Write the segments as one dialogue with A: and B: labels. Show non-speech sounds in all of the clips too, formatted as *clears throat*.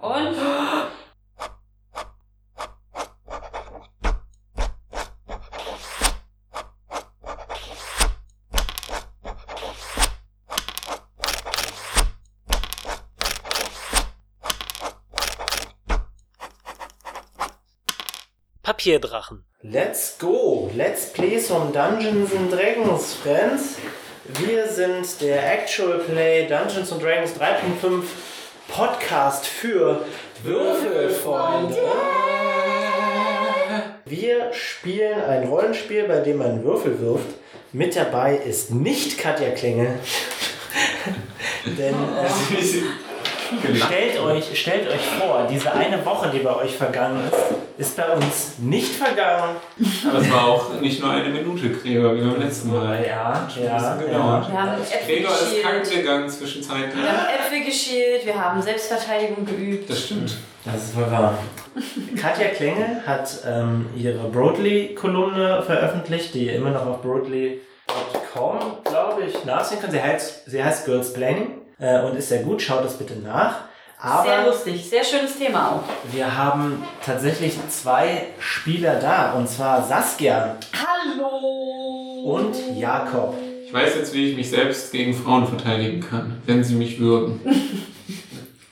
A: Und
B: Papierdrachen.
C: Let's go! Let's play some Dungeons and Dragons, Friends. Wir sind der Actual Play Dungeons and Dragons 3.5 Podcast für Würfelfreunde. Wir spielen ein Rollenspiel, bei dem man Würfel wirft. Mit dabei ist nicht Katja Klingel. *laughs* Denn ähm, Stellt euch, stellt euch vor, diese eine Woche, die bei euch vergangen ist, ist bei uns nicht vergangen.
D: Das war auch nicht nur eine Minute Gregor, wie beim letzten Mal.
C: Ja,
D: Das
C: ja,
D: ist
C: ja.
D: genau.
A: wir haben Äpfel
D: Gregor ist krank
A: geschielt.
D: gegangen zwischenzeitlich.
A: Wir haben Äpfel geschielt, wir haben Selbstverteidigung geübt.
D: Das stimmt.
C: Das ist wohl wahr. Katja Klenge hat ähm, ihre Broadly-Kolumne veröffentlicht, die ihr immer noch auf broadly.com, glaube ich, nachsehen könnt. Sie heißt, sie heißt Girls Planning äh, und ist sehr gut. Schaut das bitte nach. Aber
A: Sehr lustig, sehr schönes Thema auch.
C: wir haben tatsächlich zwei Spieler da, und zwar Saskia
A: Hallo!
C: und Jakob.
D: Ich weiß jetzt, wie ich mich selbst gegen Frauen verteidigen kann, wenn sie mich würgen.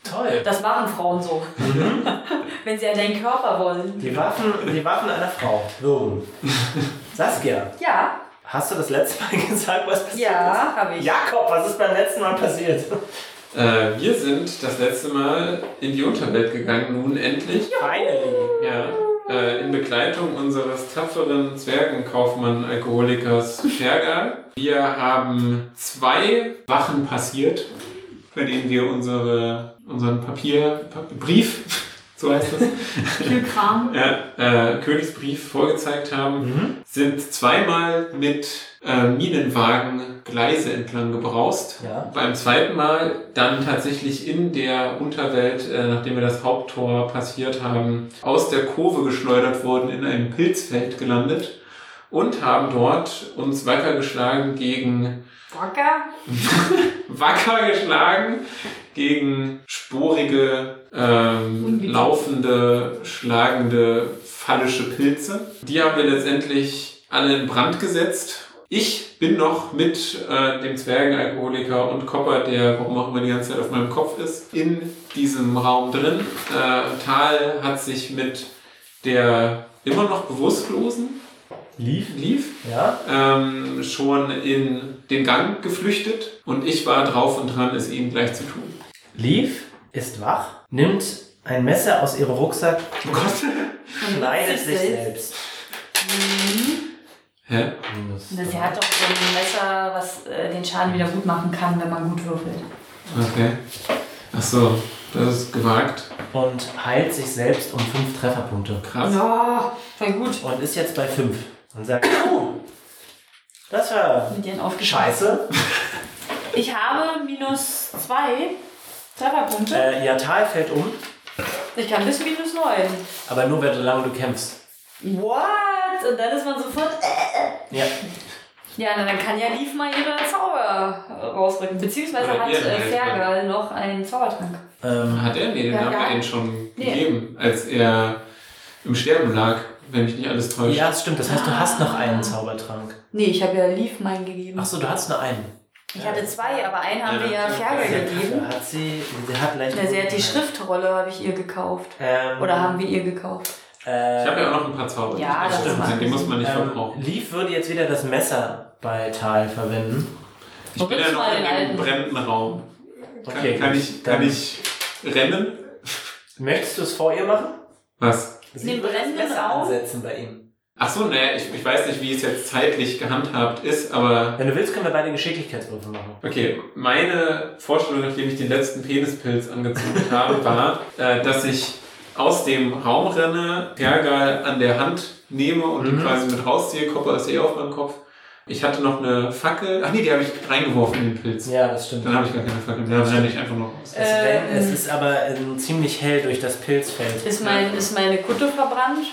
C: Toll.
A: Das machen Frauen so.
C: Mhm.
A: *laughs* Wenn sie an deinen Körper wollen.
C: Die Waffen, die Waffen einer Frau. *laughs* Würgen. Saskia,
A: Ja,
C: hast du das letzte Mal *laughs* gesagt, was passiert
A: ja, habe
C: ist?
A: ich.
C: Jakob, was ist beim letzten Mal passiert?
D: Äh, wir sind das letzte Mal in die Unterwelt gegangen, nun endlich.
C: Finally.
D: Ja. Äh, in Begleitung unseres tapferen Zwergenkaufmann Alkoholikers Fergal. Wir haben zwei Wachen passiert, bei denen wir unsere, unseren Papier, Pap- Brief, *laughs* so heißt das,
A: Viel Kram.
D: ja, äh, Königsbrief vorgezeigt haben,
C: Mhm.
D: sind zweimal mit äh, Minenwagen Gleise entlang gebraust.
C: Ja.
D: Beim zweiten Mal dann tatsächlich in der Unterwelt, äh, nachdem wir das Haupttor passiert haben, aus der Kurve geschleudert wurden, in einem Pilzfeld gelandet und haben dort uns wacker geschlagen gegen
A: Wacker.
D: wacker geschlagen gegen sporige, ähm,
A: Unwitzig.
D: laufende, schlagende, phallische Pilze. Die haben wir letztendlich alle in Brand gesetzt. Ich bin noch mit äh, dem Zwergenalkoholiker und Kopper, der warum auch immer die ganze Zeit auf meinem Kopf ist, in diesem Raum drin. Äh, Tal hat sich mit der immer noch bewusstlosen
C: Lief.
D: Lief
C: Ja.
D: ähm, schon in den Gang geflüchtet und ich war drauf und dran, es ihnen gleich zu tun.
C: Lief ist wach, nimmt ein Messer aus ihrem Rucksack,
D: Oh Gott.
C: schneidet sich selbst.
A: Mhm.
D: Hä?
A: Na, Sie hat doch so ein Messer, was äh, den Schaden wieder gut machen kann, wenn man gut würfelt.
D: Okay. Ach so, das ist gewagt.
C: Und heilt sich selbst um fünf Trefferpunkte.
D: Krass.
A: Ja, voll gut.
C: Und ist jetzt bei fünf. Und sagt, oh, das war
A: Mit ihren aufgeschaltet.
C: scheiße.
A: Ich habe minus zwei Trefferpunkte.
C: Äh, ja, Tal fällt um,
A: Ich kann bis minus neun.
C: aber nur, wenn- solange du kämpfst.
A: What? Und dann ist man sofort. äh,
C: Ja.
A: Ja, na, dann kann ja Leaf mal ihre Zauber äh, rausrücken. Beziehungsweise
D: Oder
A: hat
D: ihren
A: äh,
D: halt,
A: Fergal noch einen Zaubertrank.
C: Ähm,
D: Hat er? Nee, den
A: Ja,
D: haben
A: ja.
D: wir ihm schon
A: Nee.
D: gegeben, als er im Sterben lag, wenn mich nicht alles täuscht.
C: Ja, das stimmt. Das heißt, du hast noch einen Zaubertrank.
A: Nee, ich habe ja Leaf meinen gegeben.
C: Achso, du hast nur einen.
A: Ich hatte zwei, aber einen haben
D: Ja,
A: wir ja
D: natürlich.
A: Fergal
D: Ja,
A: gegeben.
C: Da hat sie, sie hat leicht.
A: Na, sie hat die Schriftrolle, habe ich ihr gekauft.
C: Ähm,
A: Oder haben wir ihr gekauft?
C: äh,
D: Ich habe ja auch noch ein paar Zauber. die
A: Ja,
D: ich
A: das
D: ausgesucht
A: ist
D: habe.
A: wahr.
D: Den muss man nicht
C: ähm,
D: verbrauchen.
C: Leaf würde jetzt wieder das Messer bei Tal verwenden.
D: Ich bin
A: rutsch
D: ja
A: mal
D: noch in
A: den alten.
D: dem brennenden Raum. Kann,
C: Okay,
D: kann,
C: gut,
D: ich, kann
C: dann-
D: ich rennen?
C: Möchtest du es vor ihr machen?
D: Was?
A: Den
C: würde das
A: brennenden
C: Messer
A: Raum?
C: ansetzen bei ihm.
D: Ach so, naja, ich, ich weiß nicht, wie es jetzt zeitlich gehandhabt ist, aber
C: Wenn du willst, können wir beide Geschicklichkeitswürfe machen.
D: Okay, meine Vorstellung, nachdem ich den letzten Penispilz angezündet *laughs* habe, war, äh, dass ich aus dem Raum renne, Pergal an der Hand nehme und ihn
C: Mhm.
D: quasi mit rausziehe. Kopper ist eh auf meinem Kopf. Ich hatte noch eine Fackel. Ach nee, die habe ich reingeworfen in den Pilz.
C: Ja, Äh. das stimmt.
D: Dann habe ich gar keine Fackel mehr. Dann renne ich einfach nur raus.
C: Es,
A: Ähm.
C: wenn, es ist aber ähm, ziemlich hell durch das Pilzfeld.
A: Ist, mein, ist meine Kutte verbrannt?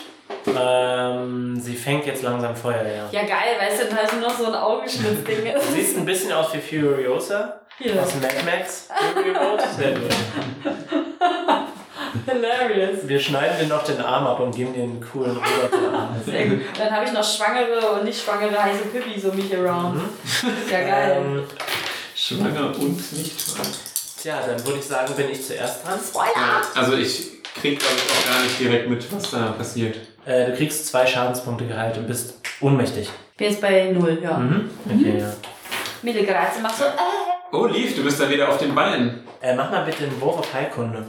C: Ähm, sie fängt jetzt langsam Feuer, ja.
A: Ja, geil, weißt du, da ist nur noch so ein Augenschnitzding.
C: Du
D: *laughs*
C: siehst ein bisschen aus wie Furiosa
A: Hier.
C: aus Mad Max. Fury Road. Sehr gut.
A: Hilarious.
C: Wir schneiden dir noch den Arm ab und geben dir einen coolen Roboterarm.
A: Sehr gut. Dann habe ich noch schwangere und nicht schwangere heiße Pippi so mich around.
D: Mhm.
A: Ist ja geil.
C: Ähm,
D: Schwanger und nicht schwanger.
C: tja, dann würde ich sagen, bin ich zuerst dran.
A: Spoiler!
D: Ja, also ich krieg glaube ich auch gar nicht direkt mit, was da passiert.
C: Äh, du kriegst zwei Schadenspunkte geheilt und bist ohnmächtig.
A: Bin jetzt bei null, ja. Mhm.
C: Okay, ja.
A: Mittel Grazie machst du. Äh.
D: Oh, Lief, du bist da wieder auf den Beinen.
C: Äh, mach mal bitte einen Wurf auf Heilkunde.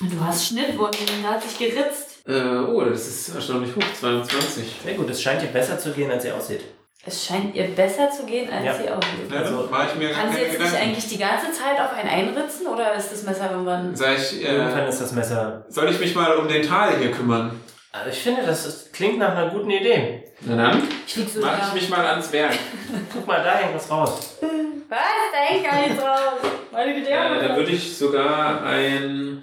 A: Du hast Schnittwunden, da hat sich geritzt.
D: Äh, oh, das ist erstaunlich hoch, 22.
C: Sehr gut, es scheint dir besser zu gehen, als ihr aussieht.
A: Es scheint ihr besser zu gehen, als
C: Ja.
A: sie aussieht.
D: Ja, also,
C: Also,
D: war ich mir gar
A: Kann sie
D: keine
A: jetzt nicht
D: Gedanken.
A: eigentlich die ganze Zeit auf einen einritzen oder ist das Messer irgendwann.
D: Soll ich, äh,
C: Irgendwann ist das Messer.
D: soll ich mich mal um den Tal hier kümmern?
C: Also ich finde, das ist, klingt nach einer guten Idee.
D: Na dann,
A: Ich lieg so
D: mach ich
A: da.
D: mich mal ans Werk.
C: Guck mal, da hängt was raus.
A: Was? Da hängt gar nichts raus. Meine Güte, ja.
D: Äh, da würde ich sogar ein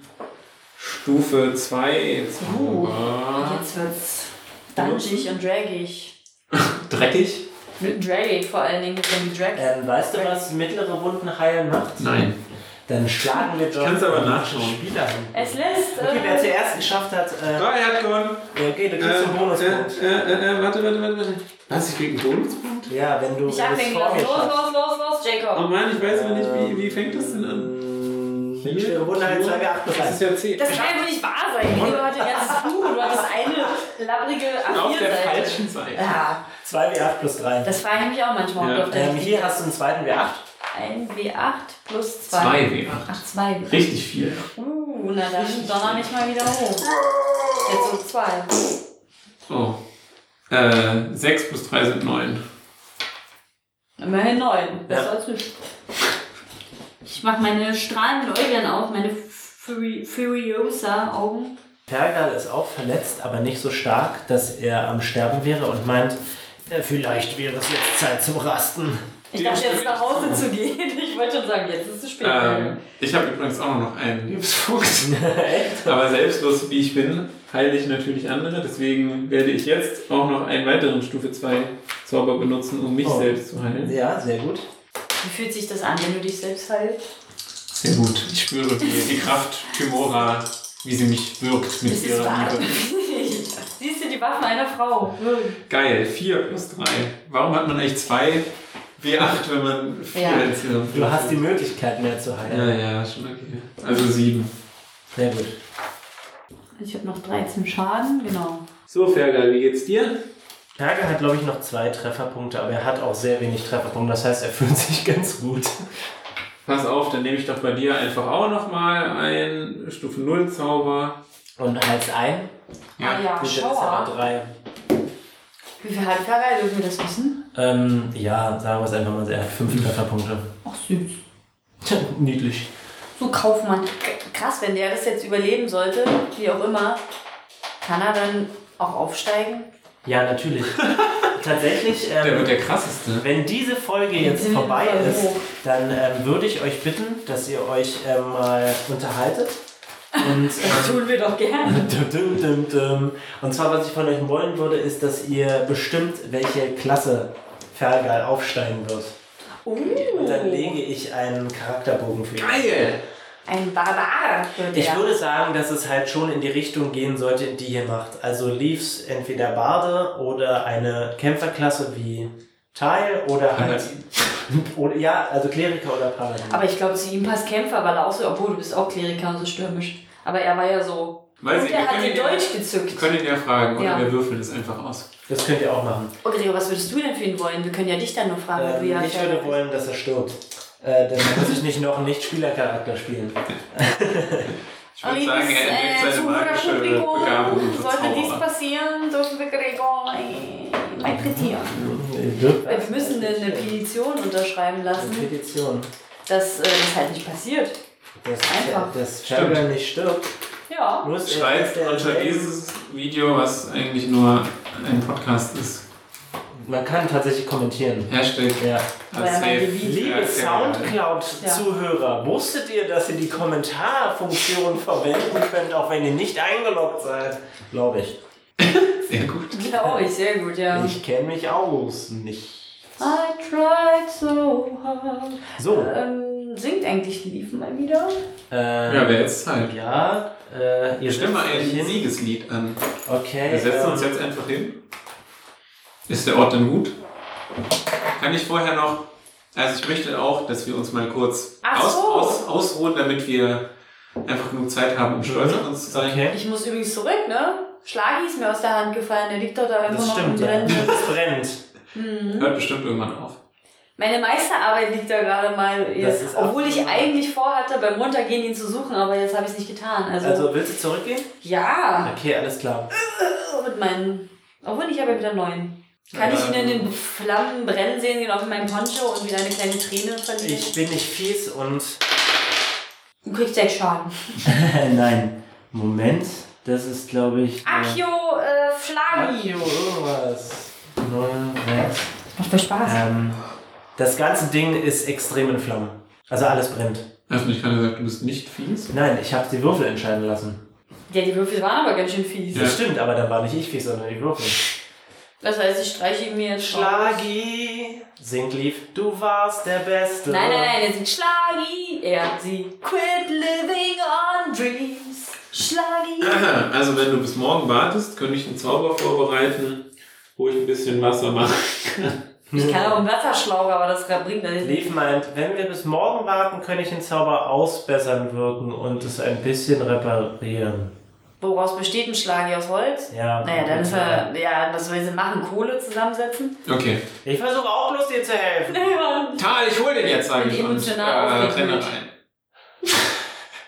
D: Stufe 2 Zauber.
A: Jetzt wird's dungeig und dragig.
D: Dreckig?
A: Dragig vor allen Dingen, wenn die Drag.
C: Ähm, weißt du, was mittlere Wunden heilen macht?
D: Nein.
C: Dann schlagen wir doch
D: kann's aber
C: den
D: nachschauen.
C: Spieler hin.
A: Es lässt.
C: Okay, wer
A: Äh,
C: zuerst geschafft hat, äh,
D: Ah, er hat gewonnen.
C: okay, du
D: Äh,
C: kriegst einen Bonuspunkt.
D: äh, äh, äh, warte, warte, warte, warte. Was, ich krieg einen Bonuspunkt?
C: Ja, wenn du
A: ich hab
C: es
A: den
C: vor
A: gelassen.
C: mir
A: Los,
C: schaffst.
A: los, los, los,
D: Oh
A: Jacob.
D: Mann, ich weiß aber nicht, wie, wie fängt das denn an?
C: Hier, mittlere Wunde heilt 2 8 plus
D: Das
C: 1.
D: ist ja 10.
A: Das kann ja wohl nicht wahr sein. Du hattest ein ganzes Buch, du hattest eine labbrige
D: Auf der
A: A4-Seite.
D: falschen Seite.
A: Ja,
C: 2 W8 plus 3.
A: das frage ich mich auch manchmal.
D: Ja.
A: ob der
C: Ähm, hier hast du einen zweiten W8.
A: 1 W8 plus 2.
D: 2 W8.
A: Ach, 2 W8.
D: Richtig viel.
A: Uh, na dann donner mich mal wieder hoch. Jetzt so 2.
D: Oh. Äh, 6 plus 3 sind 9.
A: Immerhin 9. Besser
C: Ja.
A: als nichts. Ich mach meine strahlenden Äuglein auf, meine Furi- Furiosa-Augen.
C: Pergal ist auch verletzt, aber nicht so stark, dass er am Sterben wäre und meint, äh, vielleicht wäre es jetzt Zeit zum Rasten.
D: *laughs*
A: Ich dachte jetzt nach Hause zu gehen. *laughs* Ich wollte schon sagen, jetzt ist es *laughs* spät.
D: Ähm, ich habe übrigens auch noch einen Lebenspunkt.
C: Echt?
D: *laughs* Aber selbstlos wie ich bin, heile ich natürlich andere. Deswegen werde ich jetzt auch noch einen weiteren Stufe 2 Zauber benutzen, um mich
C: Oh.
D: selbst zu heilen.
C: Ja, sehr gut.
A: Wie fühlt sich das an, wenn du dich selbst heilst?
D: Sehr gut. Ich spüre die, die Kraft Kimora, wie sie mich wirkt mit
A: Das ist
D: ihrer
A: wahr.
D: Liebe.
A: *laughs* Siehst du die Waffen einer Frau?
D: Geil, 4 plus 3. Warum hat man eigentlich 2 W8, wenn man 4
A: Ja.
D: insgesamt
C: Du hast die Möglichkeit mehr zu heilen.
D: Ja, ja, schon okay. Also 7.
C: Sehr gut.
A: Ich habe noch 13 Schaden, genau.
D: So, Fergal, wie geht's dir?
C: Pergal hat, glaube ich, noch zwei Trefferpunkte, aber er hat auch sehr wenig Trefferpunkte. Das heißt, er *laughs* fühlt sich ganz gut.
D: Pass auf, dann nehme ich doch bei dir einfach auch nochmal einen Stufe 0 Zauber.
C: Und heilt ein.
A: Ja, ah, ja
C: Gut, dann ist er bei
A: Schauer.
C: drei.
A: Wie viel hat Fergal? Dürfen wir das wissen?
C: Ähm, ja, sagen wir es einfach mal, er hat
D: *laughs*
C: fünf Trefferpunkte. *laughs*
A: Ach süß.
C: Niedlich.
A: So Kaufmann. K krass, wenn der das jetzt überleben sollte, wie auch immer, kann er dann auch aufsteigen?
C: Ja,
D: *laughs*
C: natürlich. Tatsächlich. Ähm,
D: Der wird der krasseste.
C: Wenn diese Folge jetzt
A: sind wir
C: vorbei
A: voll
C: ist,
A: hoch.
C: dann ähm, würde ich euch bitten, dass ihr euch ähm, mal unterhaltet. Und, *laughs*
D: *laughs*
A: Das
C: ähm,
A: tun wir doch gerne.
C: dum, dum, dum, dum. und zwar, was ich von euch wollen würde, ist, dass ihr bestimmt, welche Klasse Fergal aufsteigen wird. Und dann
A: Uh,
C: lege ich einen Charakterbogen für ihn.
D: Geil!
A: ein Barbar wird
C: Ich
A: er.
C: würde sagen, dass es halt schon in die Richtung gehen sollte, die ihr macht. Also Leaves entweder Barde oder eine Kämpferklasse wie Teil oder halt. *laughs* Oder, ja, also Kleriker oder Paladin.
A: Aber ich glaube, zu ihm passt Kämpfer, weil er auch so, obwohl du bist auch Kleriker und so stürmisch. Aber er war ja so.
D: Weiß
A: und
D: ich,
A: er
D: wir
A: hat
D: können
A: die
D: ihn-
A: Deutsch
D: Wir
A: gezückt.
D: können ihn ja fragen oder
A: Ja.
D: wir würfeln es einfach aus.
C: Das könnt ihr auch machen.
A: Oh, Gregor, was würdest du denn für ihn wollen? Wir können ja dich dann nur fragen, weil du
C: Ähm,
A: ja.
C: ich würde wollen, dass er stirbt. Äh, dann muss ich nicht noch einen Nicht-Spielercharakter spielen.
D: Ich
A: Aber
D: würde
A: liebes
D: sagen, er
A: äh,
D: entdeckt seine magische Begabung
A: Zuhörerpublikum,
D: zum
A: sollte dies
D: Zauberer.
A: passieren, dürfen wir Gregor äh, malträtieren.
C: Äh,
A: Wir müssen eine, eine Petition unterschreiben
C: Eine
A: lassen,
C: Petition.
A: dass äh, das halt nicht passiert.
C: Dass,
A: Einfach.
C: dass Chandler nicht stirbt.
A: Ja.
C: Nur dass er-
D: Schreibt
C: dass er-
D: unter dieses Video, was eigentlich nur ein Podcast ist.
C: Man kann tatsächlich kommentieren.
D: Hashtag
C: Ja.
A: Weil er meinte, wie-
C: Liebe Soundcloud-Zuhörer, wusstet ihr, dass ihr die Kommentarfunktion verwenden könnt, auch wenn ihr nicht eingeloggt seid? Glaube ich.
D: Sehr gut.
A: Glaube ich, sehr gut, ja.
C: Ähm. Ich kenne mich aus nicht.
A: I tried so hard.
C: So,
A: Ähm, singt eigentlich Lief mal wieder.
C: Ähm,
D: Ja, wäre jetzt Zeit.
C: Ja, äh, ihr
D: Wir stimmen
C: stimmt
D: mal ein
C: hin.
D: Siegeslied an.
C: Okay.
D: Wir setzen uns
C: ähm,
D: jetzt einfach hin. Ist der Ort denn gut? Kann ich vorher noch. Also ich möchte auch, dass wir uns mal kurz
A: Ach
D: aus,
A: so.
D: aus, ausruhen, damit wir einfach genug Zeit haben, um stolz auf uns zu sein.
C: Okay.
A: Ich muss übrigens zurück, ne? Schlagi ist mir aus der Hand gefallen, der liegt doch da irgendwo
C: Das
A: noch im
C: stimmt, ja. *laughs*
A: Brennen.
C: Das brennt.
A: Hm.
D: Hört bestimmt irgendwann auf.
A: Meine Meisterarbeit liegt da gerade mal
C: Das ist
A: jetzt, obwohl
C: auch-
A: ich eigentlich vorhatte, beim Runtergehen ihn zu suchen, aber jetzt habe ich es nicht getan. Also,
C: Also Ah. willst du zurückgehen?
A: ja, Oh,
C: Okay, alles klar.
A: mit meinen. Obwohl ich habe ja wieder neun. Kann ich ihn in den Flammen brennen sehen, genau wie mein Poncho und wieder eine kleine Träne verlieren?
C: Ich bin nicht fies und.
A: Du kriegst sechs Schaden.
C: *laughs* Nein. Moment. Das ist, glaube ich.
A: Achio, äh, Flagi.
C: Achio, irgendwas. 0, 6.
A: Macht mir Spaß.
C: Ähm, das ganze Ding ist extrem in Flammen. Also alles brennt.
D: Öffentlich kann er sagen, du bist nicht fies. *clears throat*
C: Nein, ich habe die Würfel entscheiden lassen.
A: Ja, die Würfel waren aber ganz schön fies.
D: Ja.
C: Das stimmt, aber da war nicht ich fies, sondern die Würfel.
A: Das heißt, ich streiche ihn mir jetzt raus.
C: Schlagi, singt lief, du warst der Beste.
A: Nein, nein, nein, er singt Schlagi. Er, sie. Quit living on dreams. Schlagi.
D: Also wenn du bis morgen wartest, könnte ich einen Zauber vorbereiten, wo ich ein bisschen Wasser mache.
A: Ich kann auch einen Wasserschlauch, aber das bringt halt das nicht.
C: Leaf meint, wenn wir bis morgen warten, kann ich den Zauber ausbessern wirken und es ein bisschen reparieren.
A: Woraus besteht ein Schlagi aus Holz?
C: Ja.
A: Naja, dann ist er, ja, was soll sie machen? Kohle zusammensetzen?
D: Okay.
C: Ich versuche auch bloß dir zu helfen.
A: *laughs* Ja.
D: Tal, ich hol den jetzt, sage
A: Bin
D: ich. und,
A: emotional
D: äh, renne
A: aufgeregt.
D: rein.
A: Ich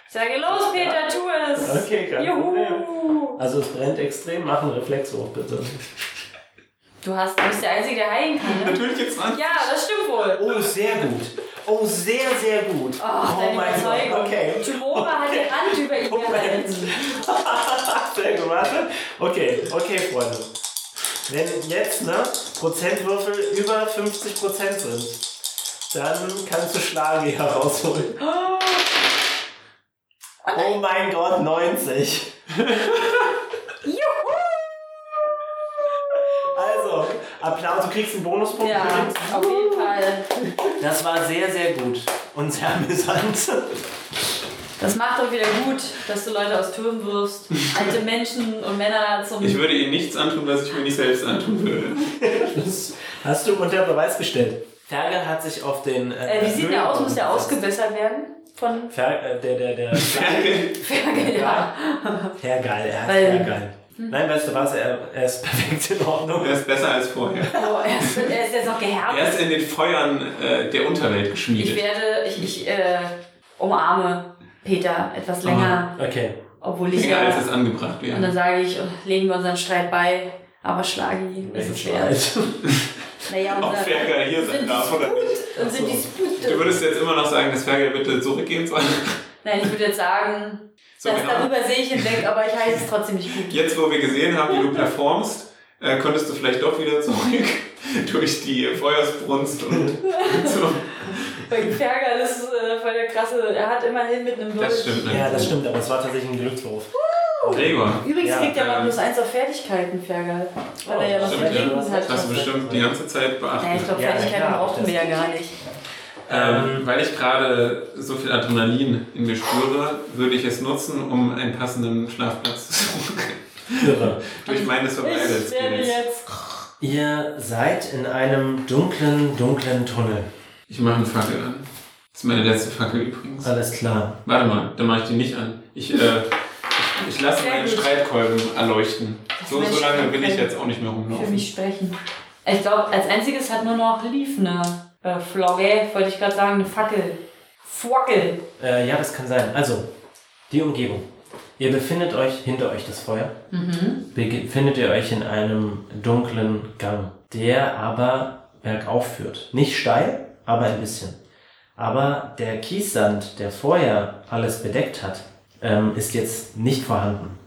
A: sage, los, Peter, tu es.
C: Okay, kein Problem.
A: Juhu.
C: Also es brennt extrem, mach einen Reflex hoch, bitte.
A: Du, hast, du bist der Einzige, der heilen kann. Ne?
D: Natürlich jetzt an.
A: Ja, das stimmt wohl.
C: Oh, sehr gut. Oh, sehr, sehr gut.
A: Ach, deine
C: Oh mein
A: Überzeugung.
C: Gott. Okay.
A: Tumora hat die Hand über ihn
C: Moment.
A: gehalten.
C: *laughs* Sehr gut, warte. Okay, okay, Freunde. Wenn jetzt, ne, Prozentwürfel über 50% sind, dann kannst du Schlage herausholen.
A: Oh.
C: Oh mein Gott,
A: *laughs*
C: 90. Also, Applaus, du kriegst einen Bonuspunkt.
A: Ja,
C: übrigens.
A: auf jeden Fall.
C: Das war sehr, sehr gut und sehr amüsant.
A: Das macht doch wieder gut, dass du Leute aus Türmen wirfst. Alte Menschen und Männer zum.
D: Ich würde ihm nichts antun, was ich mir nicht selbst antun würde.
C: Das hast du unter Beweis gestellt. Ferge hat sich auf den...
A: äh, wie sieht der aus? Muss der
C: Höhenboden gesetzt.
A: ausgebessert werden? Von
C: Fer äh, der, der, der... *laughs*
A: Ferge, ja.
C: Herr geil, er hat
A: Weil-
C: Herr geil. Nein, weißt du was, er, er ist *laughs* perfekt in Ordnung.
D: Er ist besser als vorher.
A: Oh, er, ist, er ist jetzt noch
D: Er
A: gehärtet.
D: ist in den Feuern äh, der Unterwelt
A: Ich
D: geschmiedet.
A: werde. Ich, ich äh, umarme Peter etwas
C: Ah.
A: länger,
C: Okay.
A: obwohl ich
D: Länger als
A: ja.
D: es angebracht
A: Und dann
D: wäre.
A: sage ich, oh, legen wir unseren Streit bei. Aber Schlagi ist es wert. Naja,
D: Ob
A: unser.
D: Ferger hier sein
A: sind
D: darf oder nicht.
A: Und sind
C: Ach so.
D: Du
A: Dispute.
D: würdest jetzt immer noch sagen, dass Ferger bitte
A: *laughs*
D: zurückgehen soll.
A: Nein, ich würde jetzt sagen,
D: So,
A: dass
D: genau.
A: darüber sehe ich hinweg, aber ich heiße es trotzdem nicht gut.
D: Jetzt, wo wir gesehen haben, wie du performst, äh, könntest du vielleicht doch wieder zurück *laughs* durch die
A: *laughs*
D: Feuersbrunst und so.
A: Bei Ferger ist es äh, voll der krasse. Er hat immerhin mit einem
D: Das stimmt
C: Ja,
D: nicht.
C: das stimmt, aber es war tatsächlich ein Glückswurf.
D: Gregor,
A: Übrigens
C: Ja,
A: kriegt er mal
D: ähm,
A: plus eins auf Fertigkeiten, Ferger. Weil er ja was
D: stimmt, ja.
A: verlinken hat.
D: hast du bestimmt die ganze
A: Nein, ich
D: Zeit beachtet.
A: glaube,
C: Ja,
A: Fertigkeiten
C: klar,
A: brauchen wir
C: das-
A: ja gar nicht.
D: Ähm, weil ich gerade so viel Adrenalin in mir spüre, würde ich es nutzen, um einen passenden Schlafplatz zu suchen.
C: Irre.
D: Durch meine Survival
A: Ich werde
D: Skills.
A: jetzt.
C: Ihr seid in einem dunklen, dunklen Tunnel.
D: Ich mache eine Fackel an. Das ist meine letzte Fackel übrigens.
C: Alles klar.
D: Warte mal, dann mache ich die nicht an. Ich, äh, ich lasse
A: Sehr
D: meine
A: gut.
D: Streitkolben erleuchten.
A: Das
D: So,
A: ist
D: so lange
A: mein
D: will ich
A: Streitkolben.
D: jetzt auch nicht mehr
A: für
D: rumlaufen.
A: mich sprechen. Ich glaube, als einziges hat nur noch Leaf eine äh, Flogge, wollte ich gerade sagen, eine Fackel. Fackel.
C: Äh, ja, das kann sein. Also, die Umgebung. Ihr befindet euch hinter euch das Feuer.
A: Mhm.
C: Befindet ihr euch in einem dunklen Gang, der aber bergauf führt. Nicht steil, aber ein bisschen. Aber der Kiessand, der vorher alles bedeckt hat, ähm, ist jetzt nicht vorhanden.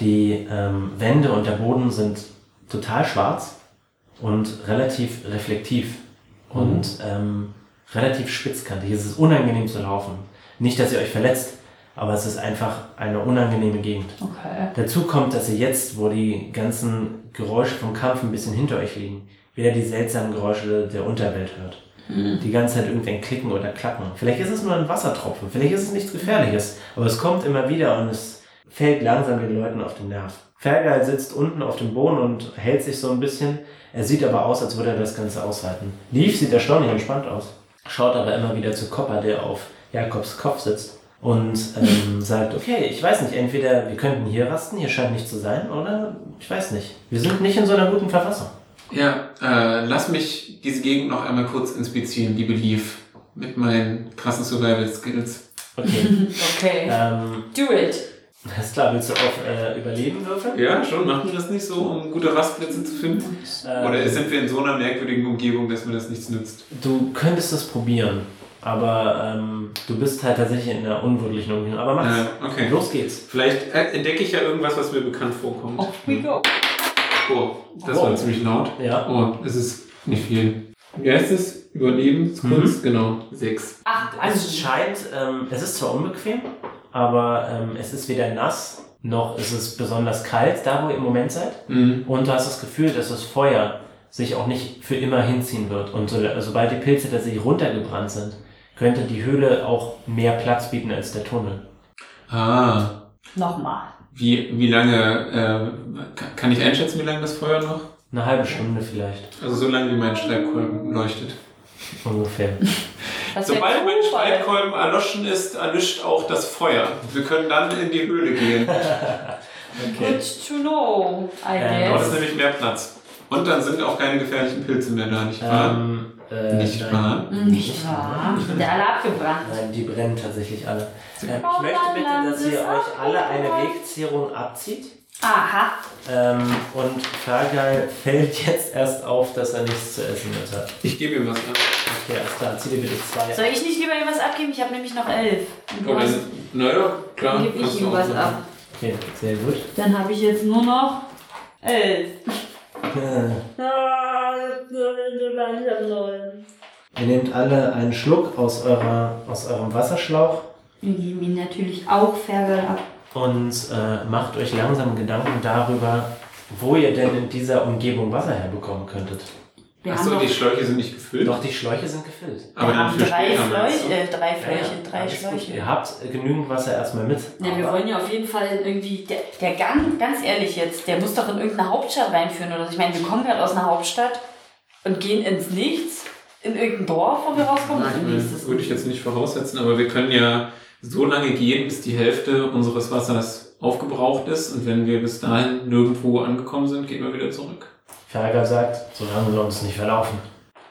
C: Die ähm, Wände und der Boden sind total schwarz und relativ reflektiv und ähm, relativ spitzkantig. Es ist unangenehm zu laufen. Nicht, dass ihr euch verletzt, aber es ist einfach eine unangenehme Gegend.
A: Okay.
C: Dazu kommt, dass ihr jetzt, wo die ganzen Geräusche vom Kampf ein bisschen hinter euch liegen, wieder die seltsamen Geräusche der Unterwelt hört. die ganze Zeit irgendein Klicken oder Klacken. Vielleicht ist es nur ein Wassertropfen, vielleicht ist es nichts Gefährliches, aber es kommt immer wieder und es fällt langsam den Leuten auf den Nerv. Fergal sitzt unten auf dem Boden und hält sich so ein bisschen. Er sieht aber aus, als würde er das Ganze aushalten. Leaf sieht erstaunlich entspannt aus, schaut aber immer wieder zu Copper, der auf Jakobs Kopf sitzt und ähm, sagt, okay, ich weiß nicht, entweder wir könnten hier rasten, hier scheint nichts zu sein, oder ich weiß nicht. Wir sind nicht in so einer guten Verfassung.
D: Ja, äh, lass mich diese Gegend noch einmal kurz inspizieren, liebe Leaf, mit meinen krassen Survival Skills.
C: Okay.
A: *laughs* Okay.
C: ähm,
A: Do it.
C: Alles klar, willst du auf äh, Überleben würfeln?
D: Ja, schon, machen wir das nicht so, um gute Rastplätze zu finden?
A: Äh.
C: Ähm,
D: Oder sind wir in so einer merkwürdigen Umgebung, dass mir das nichts nützt?
C: Du könntest es probieren, aber ähm, du bist halt tatsächlich in einer unwirklichen Umgebung. Aber mach's.
D: Äh, okay.
C: Los geht's.
D: Vielleicht äh, entdecke ich ja irgendwas, was mir bekannt vorkommt.
A: Off we go.
D: Oh, das
C: Oh.
D: war ziemlich laut.
C: Ja.
D: Oh, es ist nicht viel. Wie heißt es? Überlebenskunst? Genau, sechs.
A: Ach,
C: es
A: also
C: scheint, ähm, es ist zwar unbequem, aber ähm, es ist weder nass, noch ist es besonders kalt, da wo ihr im Moment seid.
D: Mhm.
C: Und du hast das Gefühl, dass das Feuer sich auch nicht für immer hinziehen wird. Und so, sobald die Pilze tatsächlich runtergebrannt sind, könnte die Höhle auch mehr Platz bieten als der Tunnel.
D: Ah,
A: nochmal.
D: wie, wie lange, äh, ka- kann ich einschätzen, wie lange das Feuer noch?
C: Eine halbe Stunde vielleicht,
D: Also so lange, wie mein Streitkolben leuchtet.
C: ungefähr.
A: Das wär
D: Sobald mein
A: Zufall.
D: Streitkolben erloschen ist, erlischt auch das Feuer. Wir können dann in die Höhle
A: *laughs*
D: gehen.
A: Good to know, I
C: Ähm,
D: Dort ist
A: guess.
D: nämlich mehr Platz. Und dann sind auch keine gefährlichen Pilze mehr da, nicht wahr?
C: Ähm, äh,
D: nicht
C: nein.
D: wahr?
A: Nicht wahr? Sind alle abgebrannt.
C: Nein, die brennen tatsächlich alle. Ähm, ich
A: Oh,
C: möchte bitte, dass ihr
A: Landes-
C: euch alle eine Wegzehrung abzieht.
A: Aha.
C: Ähm, und Fergal fällt jetzt erst auf, dass er nichts zu essen mit hat.
D: Ich gebe ihm was ab.
C: Okay, alles klar, zieh dir bitte zwei.
A: Soll ich nicht lieber ihm was abgeben? Ich habe nämlich noch elf. Und du
D: Okay.
A: hast-
D: Naja, klar.
A: Dann gebe
D: kannst
A: ich
D: du
A: ihm
D: auch
A: was
D: sagen.
A: ab.
C: Okay, sehr gut.
A: Dann habe ich jetzt nur noch elf.
C: Äh,
A: Ah, ich habe neun.
C: Ihr nehmt alle einen Schluck aus, eurer, aus eurem Wasserschlauch
A: Wir geben ihn natürlich auch Fergal ab.
C: und äh, macht euch langsam Gedanken darüber, wo ihr denn in dieser Umgebung Wasser herbekommen könntet.
A: Wir haben
D: Achso,
A: noch
D: die Schläuche sind nicht gefüllt.
C: Doch die Schläuche sind gefüllt.
D: Aber
A: wir
D: dann
A: haben
D: für
A: drei
D: später, meinst
A: Schläuche, äh, drei Fläche, drei
C: alles gut.
A: Schläuche.
C: Ihr habt genügend Wasser erstmal mit.
A: Ja, wir wollen ja auf jeden Fall irgendwie, der, der Gang, ganz ehrlich jetzt, der muss doch in irgendeine Hauptstadt reinführen oder so. Ich meine, wir kommen gerade aus einer Hauptstadt und gehen ins Nichts, in irgendein Dorf, wo wir rauskommen.
D: Nein,
A: Nein,
D: das
A: nächstes.
D: würde ich jetzt nicht voraussetzen, aber wir können ja so lange gehen, bis die Hälfte unseres Wassers aufgebraucht ist. Und wenn wir bis dahin nirgendwo angekommen sind, gehen wir wieder zurück.
C: Fergal sagt, solange wir uns nicht verlaufen.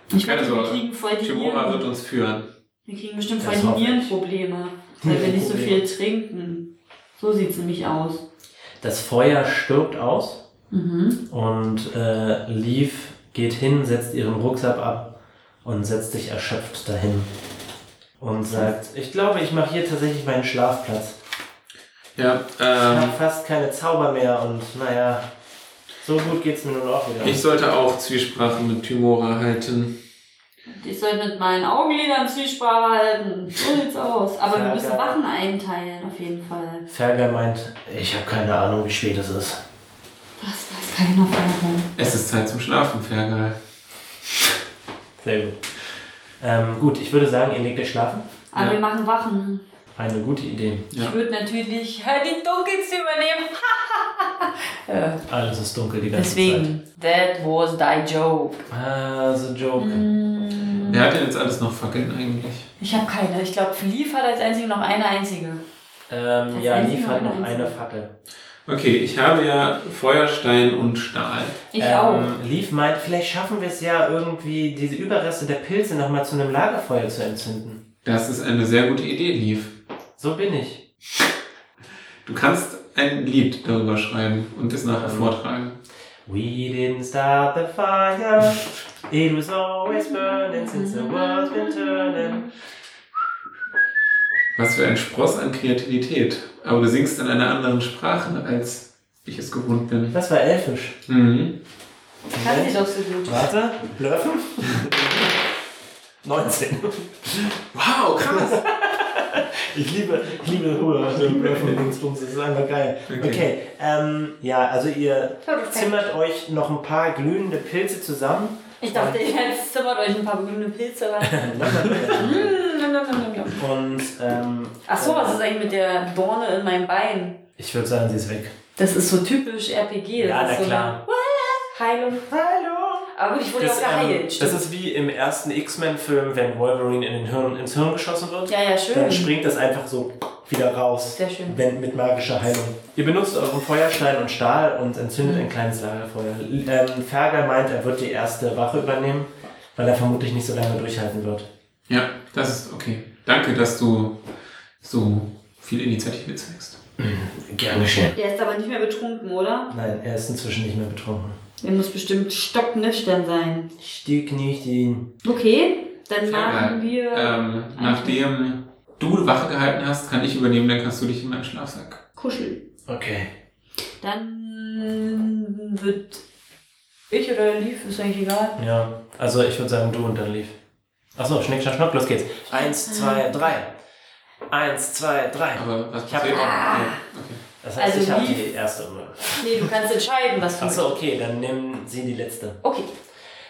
A: Ich meine,
D: Keine
A: wir
D: Sorge.
A: kriegen voll die
D: Timora wird
A: Nieren.
D: uns führen.
A: Wir kriegen bestimmt
C: Das
A: voll die
C: hoffe ich.
A: Nierenprobleme, weil wir nicht so viel
C: Nierenprobleme.
A: trinken. So sieht es nämlich aus.
C: Das Feuer stirbt aus.
A: Mhm.
C: Und äh, Leaf geht hin, setzt ihren Rucksack ab und setzt sich erschöpft dahin. Und sagt, ich glaube, ich mache hier tatsächlich meinen Schlafplatz.
D: Ja,
C: Ich habe
D: ähm,
C: fast keine Zauber mehr und naja, so gut geht's mir nun auch wieder.
D: ich sollte auch Zwiesprache mit Timora halten.
A: Ich soll mit meinen Augenlidern Zwiesprache halten. So sieht's aus. Aber wir
C: Ja,
A: müssen
C: geil.
A: Wachen einteilen, auf jeden Fall.
C: Ferger meint, ich habe keine Ahnung, wie spät es ist.
A: Das weiß keiner von uns.
D: Es ist Zeit zum Schlafen, Fergal.
C: Sehr gut. Ähm, gut, ich würde sagen, ihr legt euch schlafen.
A: Aber
D: Ja.
A: wir machen Wachen.
C: Eine gute Idee.
D: Ja.
A: Ich würde natürlich äh, die Dunkelste übernehmen. *laughs* Äh,
C: Alles ist dunkel die ganze Zeit.
A: Deswegen, that was thy joke.
C: Also Joke.
A: Mm,
D: Wer hat denn jetzt alles noch Fackeln eigentlich?
A: Ich habe keine. Ich glaube, Leaf hat als einzige noch eine einzige.
C: Ähm,
A: Das
C: ja,
A: einzige
C: Leaf hat
A: Mal
C: noch
A: eins.
C: eine Fackel.
D: Okay, ich habe ja Feuerstein und Stahl.
A: Ich
C: ähm,
A: auch.
C: Leaf meint, vielleicht schaffen wir es ja irgendwie, diese Überreste der Pilze nochmal zu einem Lagerfeuer zu entzünden.
D: Das ist eine sehr gute Idee, Lief.
C: So bin ich.
D: Du kannst ein Lied darüber schreiben und es nachher vortragen.
C: We didn't start the fire. It was always burning since the world's been turning.
D: Was für ein Spross an Kreativität. Aber du singst in einer anderen Sprache, als ich es gewohnt bin.
C: Das war elfisch.
D: Mhm.
A: Kann sie doch so gut.
C: Warte, blöffen? 19.
D: Wow, krass.
C: Ich liebe, ich liebe Ruhe. Blöffen, Dingsbums, das ist einfach geil. Okay,
D: Okay.
C: ähm, ja, also ihr
A: Perfekt.
C: zimmert euch noch ein paar glühende Pilze zusammen. *laughs*
A: Ich dachte, ihr jetzt zimmert euch ein paar grüne Pilze rein. Mm, nom, nom, nom, nom.
C: Und ähm,
A: Ach so, was ist eigentlich mit der Borne in meinem Bein?
C: ich würde sagen, sie ist weg.
A: Das ist so typisch RPG. Das
C: Ja,
A: ist
C: na
A: so eine
C: klar.
A: Heilung.
C: Hallo!
A: Aber gut, ich wurde
C: Das,
A: ja auch geheilt.
C: ähm, das
A: stimmt.
C: ist wie im ersten X-Men-Film, wenn Wolverine in den Hirn, ins Hirn geschossen wird.
A: ja, ja,
C: Dann
A: schön.
C: springt das einfach so wieder raus.
A: Sehr schön.
C: Wenn, mit magischer Heilung. Ihr benutzt euren Feuerstein und Stahl und
A: Mhm.
C: entzündet ein kleines Lagerfeuer. Ähm, Ferger meint, er wird die erste Wache übernehmen, weil er vermutlich nicht so lange durchhalten wird.
D: Ja, das ist okay. Danke, dass du so viel Initiative zeigst.
C: Gern geschehen.
A: Er ist aber nicht mehr betrunken, oder?
C: Nein, er ist inzwischen nicht mehr betrunken.
A: Er muss bestimmt stocknüchtern sein.
C: Stieg nicht ihn.
A: Okay, dann
D: Sehr
A: machen wir.
D: Ähm, nachdem du Wache gehalten hast, kann ich übernehmen, dann kannst du dich in meinen Schlafsack.
A: Kuscheln.
C: Okay.
A: Dann wird ich oder Lief, ist eigentlich egal.
C: Ja, also ich würde sagen, du und dann lief. Achso, Schnick, Schnack, Schnack, los geht's. Eins, zwei, drei. Eins, zwei, drei.
D: Aber was
C: Ich hab-
D: passiert?
A: Ah.
D: Okay. okay.
C: Das heißt,
A: Also
C: ich habe
A: Leaf.
C: die erste Runde.
A: Nee, du kannst entscheiden, was du
C: Achso, okay, dann nehmen sie die letzte.
A: Okay.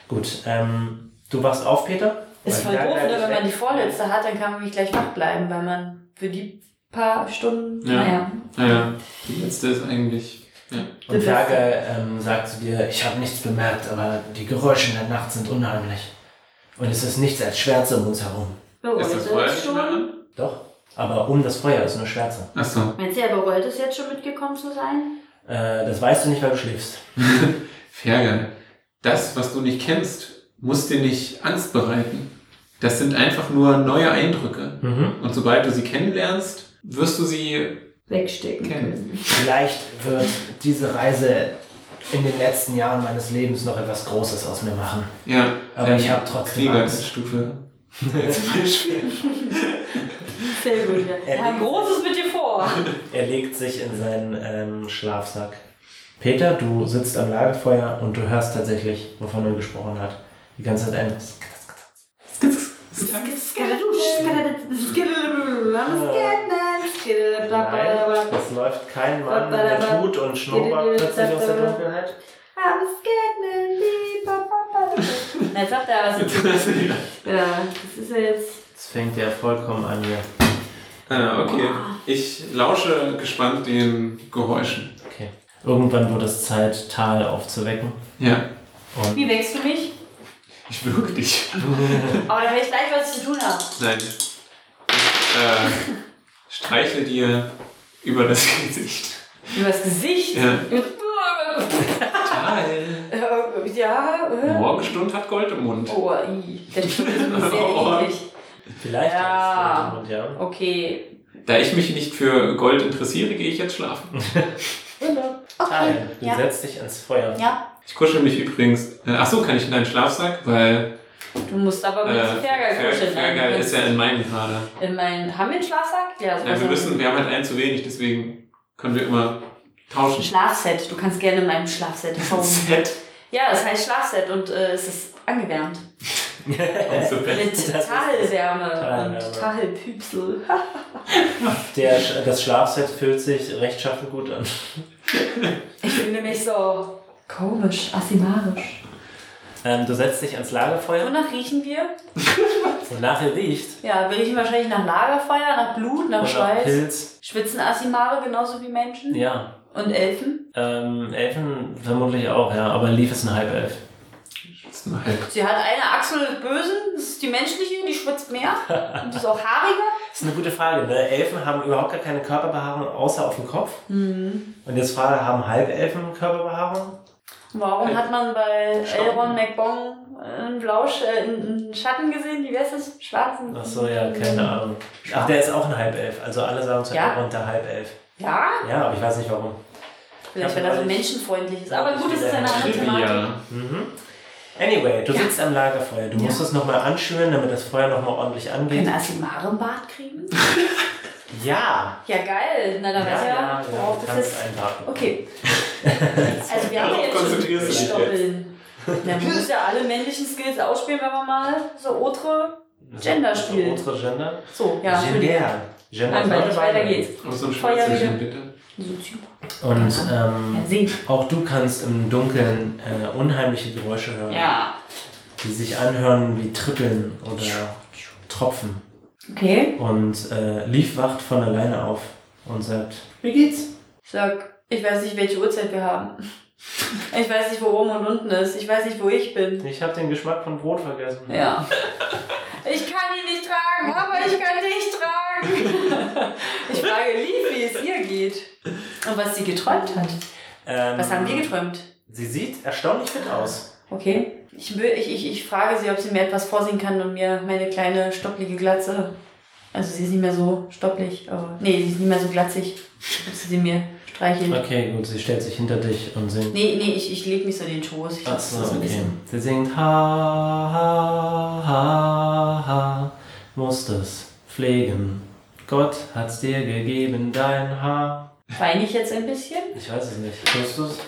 C: Gut, ähm, du wachst auf, Peter?
A: Ist voll
C: Weil die
A: doof,
C: Leiter
A: ne?
C: ist
A: wenn man
C: weg.
A: die vorletzte hat, dann kann man nämlich gleich wach bleiben, weil man für die paar Stunden.
D: Ja.
A: Naja.
D: Naja, die letzte ist eigentlich. Ja.
C: Und
A: Die letzte.
C: Ferger ähm, sagt zu dir, ich habe nichts bemerkt, aber die Geräusche in der Nacht sind unheimlich. Und es ist nichts als Schwärze um uns herum.
A: Berollt
D: Ist das
A: es
D: Feuer
A: jetzt
D: schon
A: schon?
D: an?
C: Doch, aber um das Feuer ist nur Schwärze.
D: Achso.
A: Meinst du, er bereut es jetzt schon mitgekommen zu sein?
C: Äh, das weißt du nicht, weil du schläfst.
D: *laughs* Fergal, das, was du nicht kennst, muss dir nicht Angst bereiten. Das sind einfach nur neue Eindrücke.
C: Mhm.
D: Und sobald du sie kennenlernst, wirst du sie
A: Wegstecken.
D: kennen.
C: Vielleicht wird diese Reise in den letzten Jahren meines Lebens noch etwas Großes aus mir machen.
D: Ja.
C: Aber ich hab trotzdem Angst. *laughs*
D: Stufe.
A: *laughs* Sehr gut. Ja.
C: Er
A: Wir haben Großes mit dir vor.
C: Er legt sich in seinen ähm, Schlafsack. Peter, du sitzt am Lagerfeuer und du hörst tatsächlich, wovon er gesprochen hat. Die ganze Zeit ein...
A: Skadadusch, skadadusch, skadadusch,
C: Nein,
A: skadadusch,
C: es läuft kein Mann mit Hut und Schnurrbart plötzlich aus der Dunkelheit.
A: Na, jetzt sagt er was. Ja, das ist ja jetzt.
C: Jetzt fängt er vollkommen an hier.
D: Ah, okay. Ich lausche gespannt den Geräuschen.
C: Okay. Irgendwann wurde es Zeit, Tal aufzuwecken.
D: Ja.
C: Und
A: Wie wächst du mich?
D: Ich würge dich.
A: Aber dann weiß ich gleich, was ich zu tun habe.
D: Nein. Ich äh, streiche dir über das Gesicht.
A: Über das Gesicht?
D: Ja.
A: Über-
D: Teil.
A: Äh, Ja. äh.
D: Morgenstund hat Gold im Mund.
A: Oh, i. Der Typ ist mir sehr
D: Oh.
A: eklig.
C: vielleicht
A: Ja.
C: Und ja.
A: Okay.
D: Da ich mich nicht für Gold interessiere, gehe ich jetzt schlafen.
C: Tal, du
A: Ja.
C: setzt dich ans Feuer. *laughs*
A: Ja.
D: Ich kuschel mich übrigens. Äh, ach so, kann ich in deinen Schlafsack? Weil
A: Du musst aber mit
D: äh,
A: äh, Fergal kuscheln.
D: Fergal ist ja in meinem gerade.
A: In meinen. Haben wir einen Schlafsack? Ja, so
D: Ja, wir müssen, wir haben halt einen zu wenig, deswegen können wir immer tauschen.
A: Schlafset. Du kannst gerne in meinem
C: *laughs*
A: Schlafset schauen.
D: Set.
A: ja, es heißt Schlafset und äh, es ist
C: *laughs*
A: angewärmt. Äh,
D: Und so.
A: Mit
C: ist-
A: Tahelwärme
C: Tahelwärme.
A: und Tahelpüpsel.
C: Der, Sch- das Schlafset fühlt sich rechtschaffen gut an.
A: Ich fühle mich so komisch, assimarisch.
C: Ähm, du setzt dich ans Lagerfeuer
A: Wonach riechen wir?
C: und nachher riecht
A: Ja, wir riechen wahrscheinlich nach Lagerfeuer, nach Blut, nach
C: und nach
A: Schweiß.
C: Pilz.
A: Schwitzen Asimare genauso wie Menschen?
C: Ja.
A: Und Elfen?
C: Ähm, Elfen vermutlich auch, ja, aber Leaf ist ein Halbelf.
D: Das ist nur halb.
A: Sie hat eine Achsel des Bösen, das ist die menschliche, die schwitzt
C: *laughs*
A: mehr und ist auch haariger.
C: Das ist eine gute Frage, weil Elfen haben überhaupt gar keine Körperbehaarung außer auf dem Kopf.
A: Hm.
C: Und jetzt Frage, haben Halbelfen Körperbehaarung?
A: Warum hat man bei
D: Schatten.
A: Elrond McBong einen Blausch, äh, einen einen Schatten gesehen? Wie wär's das? Schwarzen?
C: Achso, ja, keine Ahnung. Ach, der ist auch ein Halbelf. Also alle sagen zu
A: Ja.
C: Elrond der Halbelf.
A: Ja,
C: Ja, aber ich weiß nicht warum.
A: vielleicht weil er so menschenfreundlich ist. Aber gut, das ist eine andere Thematik.
D: Trivia.
C: Anyway, du sitzt am Lagerfeuer. Du musst es nochmal anschüren, damit das Feuer nochmal ordentlich angeht.
A: Können Asimare einen Bart kriegen?
C: Ja!
A: Ja, geil. Na, dann weiß ich Äh, ja, worauf
C: du
A: das
C: kannst
A: ist.
C: einpacken. *laughs*
A: Okay. also wir haben ja
D: Darauf
A: jetzt schon
D: konzentrierst du dich
A: Doppeln. Na, man muss ja alle männlichen Skills ausspielen, wenn man mal so Otre Gender spielt.
C: Unsere Gender.
A: So, ja, Entschuldigung.
C: Gender. Gender ist
A: Langweilig,
C: noch eine
A: weiter
C: Weile.
A: geht's.
D: Und so ein
A: Feuer
D: Schwarzzeichen,
A: wieder.
D: bitte.
A: So Typ.
C: Und
A: Ja,
C: ähm,
A: sehen.
C: auch du kannst im Dunkeln äh, unheimliche Geräusche hören.
A: Ja.
C: die sich anhören wie Trippeln oder Tropfen.
A: Okay.
C: Und äh, Leaf wacht von alleine auf und sagt, wie geht's?
A: Ich sag, ich weiß nicht, welche Uhrzeit wir *laughs* haben. Ich weiß nicht, wo oben und unten ist. Ich weiß nicht, wo ich bin.
C: Ich habe den Geschmack von Brot vergessen.
A: Ja. *laughs* Ich kann ihn nicht tragen, aber ich kann dich tragen. *laughs* Ich frage Lief, wie es ihr geht. Und was sie geträumt hat.
C: Ähm,
A: Was haben wir geträumt?
C: Sie sieht erstaunlich fit aus.
A: Okay. Ich, will, ich, ich, ich frage sie, ob sie mir etwas vorsingen kann und mir meine kleine stopplige Glatze. Also sie ist nicht mehr so stopplig, aber. Nee, sie ist nicht mehr so glatzig. Ob sie sie mir streichelt.
C: Okay, gut, sie stellt sich hinter dich und singt.
A: Nee, nee, ich, ich leg mich so in den Schoß. Ich
C: Ach
A: lass
C: so,
A: das so ein
C: okay.
A: bisschen.
C: Sie singt Ha, ha, ha, ha, musst es pflegen. Gott hat's dir gegeben, dein Haar.
A: Weine ich jetzt ein bisschen?
C: Ich weiß es nicht. Tust du's?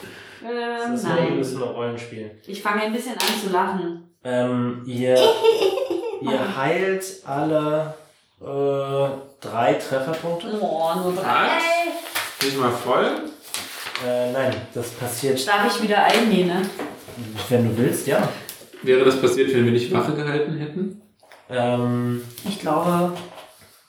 C: Das
A: Ähm,
C: ist nur ein
A: nein.
C: bisschen ein Rollenspiel.
A: Ich fange ein bisschen an zu lachen.
C: Ähm,
A: *laughs*
C: ihr, ihr heilt alle äh, drei Trefferpunkte.
A: Oh, nur drei.
D: Was? Bin ich mal voll?
C: Äh, nein, das passiert,
A: Darf ich wieder einnehmen? ne?
C: wenn du willst, ja.
D: Wäre das passiert, wenn wir nicht Wache gehalten hätten?
C: Ähm,
A: Ich glaube,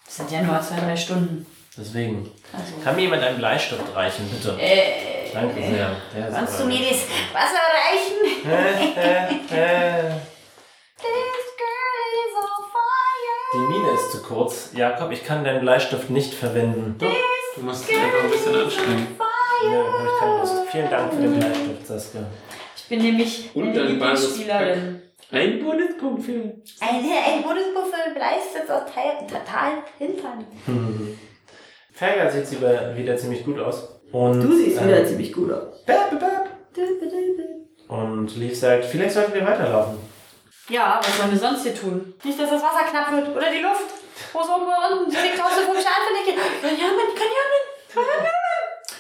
A: es sind ja nur zwei, drei Stunden.
C: deswegen.
A: Also.
C: Kann mir jemand einen Bleistift reichen, bitte?
A: Äh,
C: Danke sehr. Der ist
A: Kannst du
C: aber-
A: mir das Wasser reichen?
C: Äh, äh.
A: This girl is on fire.
C: Die Mine ist zu kurz. Jakob, ich kann deinen Bleistift nicht verwenden. Doch.
D: Du musst dich einfach ein bisschen anstrengen.
A: Ah
C: Nee, hab ich keine Lust. Vielen Dank für den Bleistift, Saskia. *laughs*
A: Ich bin nämlich
D: Und
A: eine
D: dann
A: Lieblingsspielerin.
D: Ein Bonuspunkt für.
A: Eine, ein Bundesbuffel beleistet aus total hintern.
C: Fergal sieht sie wieder, wieder ziemlich gut aus. Und,
A: Du siehst
C: ähm,
A: wieder ziemlich gut aus.
C: bäb, bäb, bäb. Und Leaf sagt, vielleicht sollten wir weiterlaufen.
A: Ja, was sollen wir sonst hier tun? Nicht, dass das Wasser knapp wird oder die Luft. Wo ist oben oder unten? Sie kriegt aus so komische Anfälle. Kann ja mit, kann ja mit.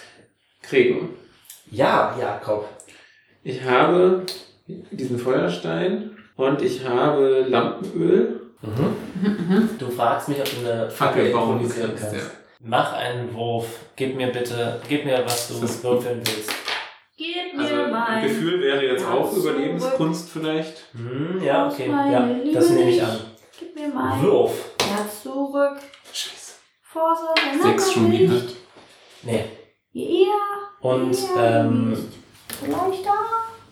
D: Gregor.
C: Ja, Jakob.
D: Ich habe diesen Feuerstein und ich habe Lampenöl.
C: Du fragst mich, ob du eine
D: Fackel bauen
C: improvisieren
D: kannst, ja.
C: Mach einen Wurf. Gib mir bitte, gib mir, was du
D: Das ist
C: würfeln willst.
A: Gib mir
D: Also
A: mein.
D: Gefühl wäre jetzt auch
A: Absolut.
D: Überlebenskunst vielleicht. *laughs*
C: Hm, ja, okay.
A: Meine
C: Ja, das
A: Liebe
C: nehme ich
A: nicht.
C: an.
A: Gib mir mein.
C: Wurf.
A: Herz zurück.
D: Scheiße.
A: Vorsorge.
D: Sechs schon wieder.
A: Nachsicht.
C: Nee.
A: Ja.
C: Und,
A: ja,
C: ähm,
A: nicht. Vielleicht da.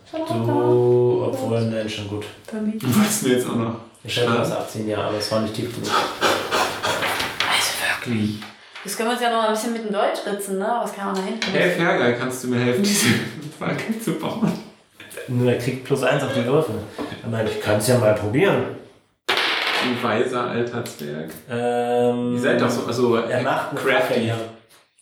A: Vielleicht da. Also,
C: Du, obwohl, nein, schon gut.
A: Für mich.
D: Du wolltest mir jetzt auch noch.
C: Ich hätte das 18 Jahre, aber es war nicht tief genug.
D: Wirklich.
A: Das können wir uns ja noch ein bisschen mit dem Deutsch ritzen, ne? Was kann man da hinten?
D: Hey Fergal, kannst du mir helfen, diese *laughs* Fackel zu bauen?
C: Nur er kriegt plus eins auf die Würfel. Er meint, ich kann es ja mal probieren.
D: Ein weiser alter Zwerg.
C: Ähm,
D: Ihr seid doch so also,
C: Er macht eine Fackel,
D: crafty.
C: ja.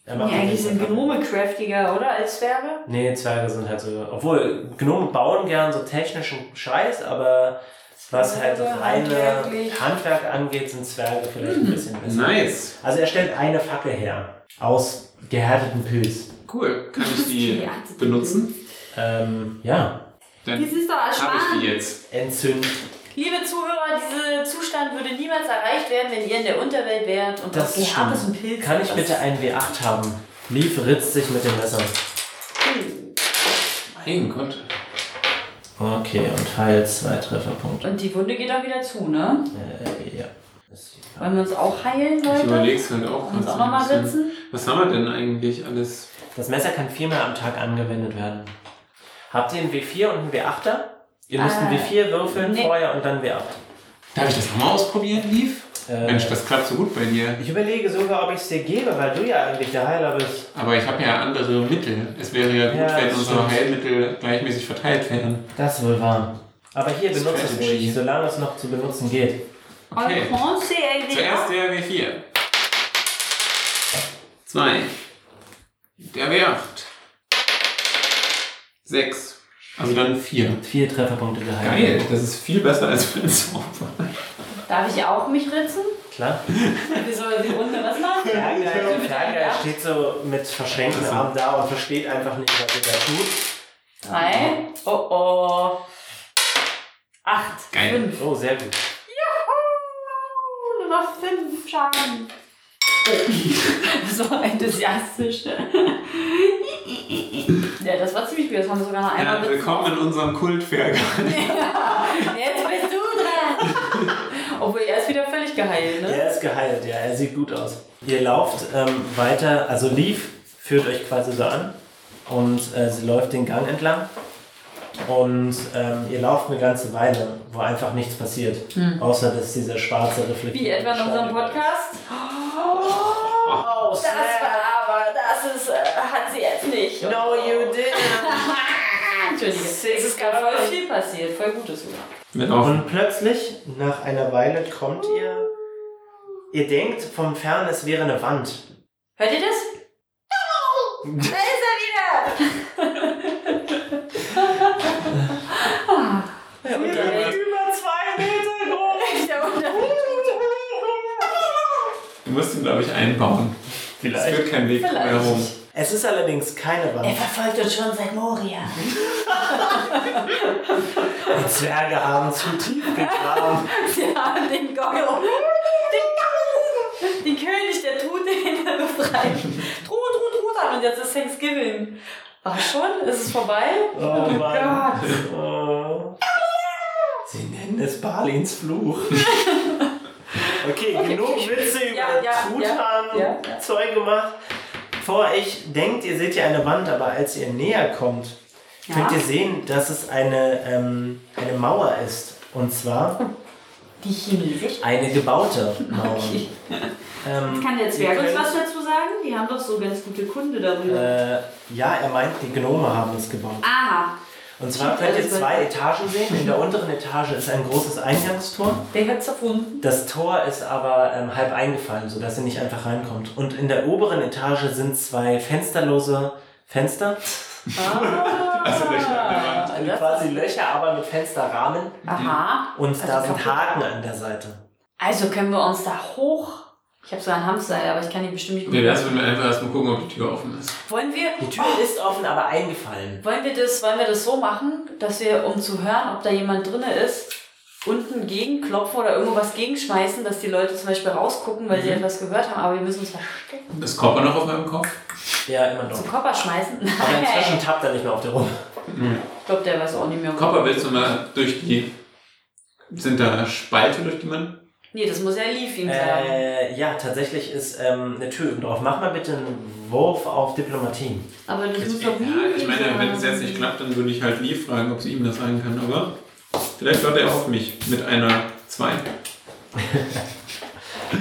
C: Er
A: Ja,
C: macht eine
A: eigentlich sind
C: Fackel.
A: Genome craftiger, oder? Als Zwerge?
C: Nee, Zwerge sind halt so. Obwohl, Gnome bauen gern so technischen Scheiß, aber was halt das
A: Zwerge,
C: reine
A: handwerklich. Hm.
C: Handwerk angeht, sind Zwerge vielleicht ein bisschen besser.
D: Nice.
C: Also er stellt eine Fackel her. Aus gehärteten Pilz.
D: Cool. Kann ich die
A: Ja, das ist
D: benutzen?
C: Ähm, ja.
A: Das
D: Dann
A: ist doch
D: habe ich die
A: ersparen.
D: jetzt.
C: Entzünd.
A: Liebe Zuhörer, dieser Zustand würde niemals erreicht werden, wenn ihr in der Unterwelt wärt und
C: Das
A: aus
C: ist
A: Gehabes
C: schlimm.
A: und Pilz.
C: Kann ich bitte einen W8 haben? Leaf ritzt sich mit dem Messer.
D: Mein Gott.
C: Okay, und heilt zwei Trefferpunkte.
A: Und die Wunde geht auch wieder zu, ne?
C: Äh, ja.
A: Wollen wir uns auch heilen,
D: Ich
A: Leute? Wollen
D: überlege es halt auch.
A: wir uns
D: kurz
A: auch
D: ein
A: nochmal
D: bisschen.
A: ritzen?
D: Was haben wir denn eigentlich alles?
C: Das Messer kann viermal am Tag angewendet werden. Habt ihr einen W4 und einen W8er? Ihr müsst einen
A: Äh,
C: W4 würfeln,
A: nee.
C: vorher und dann W8.
D: Darf ich das nochmal ausprobieren, Lief?
C: Äh,
D: Mensch, das klappt so gut bei dir.
C: Ich überlege sogar, ob ich es dir gebe, weil du ja eigentlich der Heiler bist.
D: Aber ich habe ja andere Mittel. Es wäre ja gut,
C: Ja,
D: wenn
C: das
D: unsere
C: stimmt.
D: Heilmittel gleichmäßig verteilt wären.
C: Das ist wohl wahr. Aber hier benutzt es
D: Strategy.
C: ruhig, solange es noch zu benutzen geht.
A: Okay.
D: Okay. Zuerst der W4. Zwei. Der W8. Sechs. Also dann vier.
C: Vier Trefferpunkte geheilt.
D: Geil, das ist viel besser als für den Zauber.
A: Darf ich auch mich ritzen? *laughs*
C: Klar.
A: Wieso die Runde was machen?
C: Fergal Fergal steht so mit verschränkten
D: Also.
C: Armen da und versteht einfach nicht, was er da tut.
A: Drei. Oh oh. Acht.
D: Geil.
A: Fünf.
C: Oh, sehr gut.
A: Juhu! Oh, Nur noch fünf Schaden. Oh. *laughs* so enthusiastisch. *laughs* ja, das war ziemlich gut. Das haben wir sogar noch einmal
D: Ja, willkommen in unserem Kult, Fergal.
A: *laughs* Jetzt bin nicht geheilt, ne?
C: Der ist geheilt, ja, er sieht gut aus. Ihr lauft ähm, weiter, also Leaf führt euch quasi so an und äh, sie läuft den Gang entlang und ähm, ihr lauft eine ganze Weile, wo einfach nichts passiert, außer dass dieser schwarze
A: Hm.
C: Reflekt.
A: Wie etwa in unserem Podcast?
C: Oh,
A: Das war aber, das ist, äh, hat sie jetzt nicht.
C: No, you didn't.
A: Entschuldige. Es ist gerade voll viel passiert, voll Gutes sogar.
D: Mit auf.
C: Und plötzlich, nach einer Weile, kommt ihr. Ihr denkt vom Fern, es wäre eine Wand.
A: Hört ihr das? Da ist er wieder!
C: Ja,
A: und dann-
C: zwei Meter groß.
A: Der Unterricht.
D: Du musst ihn, glaube ich, einbauen. Es
C: Vielleicht.
D: führt kein Weg
A: Vielleicht.
D: mehr rum.
C: Es ist allerdings keine
A: Er
C: Wand.
A: verfolgt uns schon seit Moria.
C: Die Zwerge haben zu tief gegraben.
A: Sie haben den Goggo. Den Goggo! Den König der Trute hinter befreit. Truhe, Truhe, Truhe. Und jetzt ist Thanksgiving. Ach schon? Ist es vorbei?
C: Oh Mann. Oh. Sie nennen es Balins Fluch. *laughs* Okay, genug Witze über
A: Ja, ja, ja,
C: Truthahn,
A: ja.
C: Zeug gemacht. Vor euch denkt, ihr seht ja eine Wand, aber als ihr näher kommt,
A: Ja.
C: könnt ihr sehen, dass es eine, ähm, eine Mauer ist. Und zwar
A: Die Chinesische.
C: eine gebaute Mauer. Ähm,
A: Kann der
C: ihr
A: Zwerg uns
C: könnt-
A: was dazu sagen? Die haben doch so ganz gute Kunde darüber.
C: Äh, ja, er meint, die Gnome haben es gebaut.
A: Aha.
C: Und zwar könnt
A: also-
C: ihr zwei Etagen sehen. In der unteren Etage ist ein großes Eingangstor.
A: Der hat's erfunden.
C: Das Tor ist aber ähm, halb eingefallen, sodass ihr nicht einfach reinkommt. Und in der oberen Etage sind zwei fensterlose
A: *laughs*
C: Fenster.
A: Ah.
D: Also durch eine andere Wand.
C: Also quasi Löcher, aber mit Fensterrahmen.
A: Aha.
C: Und da
A: Also
C: sind
A: kaputt.
C: Haken an der Seite.
A: Also können wir uns da hoch. Ich habe sogar einen Hamster, aber ich kann ihn bestimmt nicht.
D: Wie wär's, wenn wir einfach erstmal gucken, ob die Tür offen ist?
A: Wollen wir,
C: Die Tür ist offen, aber eingefallen.
A: wollen wir das, wollen wir das so machen, dass wir, um zu hören, ob da jemand drinne ist, unten gegenklopfen oder irgendwas gegenschmeißen, dass die Leute zum Beispiel rausgucken, weil sie
C: Mhm.
A: etwas gehört haben, aber wir müssen uns verstecken.
D: Das Kopf noch auf meinem Kopf?
C: Ja, immer noch.
A: Zum Körper schmeißen? *laughs*
C: Aber inzwischen
A: Nein.
C: tappt er nicht mehr auf der Rum.
A: Ich glaube, der weiß auch nicht mehr.
D: Kopper willst du mal durch die. Sind da Spalte, durch die man.
A: Nee, das muss ja lief ihm sagen.
C: Äh, ja, tatsächlich ist ähm, eine Tür oben drauf. Mach mal bitte einen Wurf auf Diplomatie.
A: aber das muss doch nie.
D: Ja, ich meine,
A: lief
D: wenn es jetzt nicht klappt, dann würde ich halt nie fragen, ob sie ihm das sagen kann, aber vielleicht hört er auf mich mit einer 2.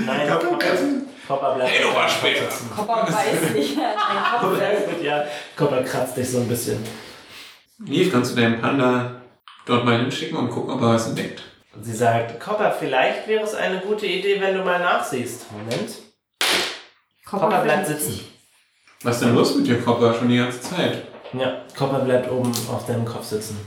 C: Nein, Kopper, Kopper bleibt.
D: Ey, du warst später.
A: Kopper weiß nicht. *laughs* Ein Kopf
C: Kopper bleibt mit, ja. Kopper kratzt dich so ein bisschen.
D: Lief, kannst du deinen Panda dort mal hinschicken und gucken, ob er was entdeckt?
C: Und sie sagt, Kopper, vielleicht wäre es eine gute Idee, wenn du mal nachsiehst. Moment. Kopper bleibt sitzen.
D: Was ist denn los mit dir, Kopper, schon die ganze Zeit?
C: Ja, Kopper bleibt oben auf deinem Kopf sitzen.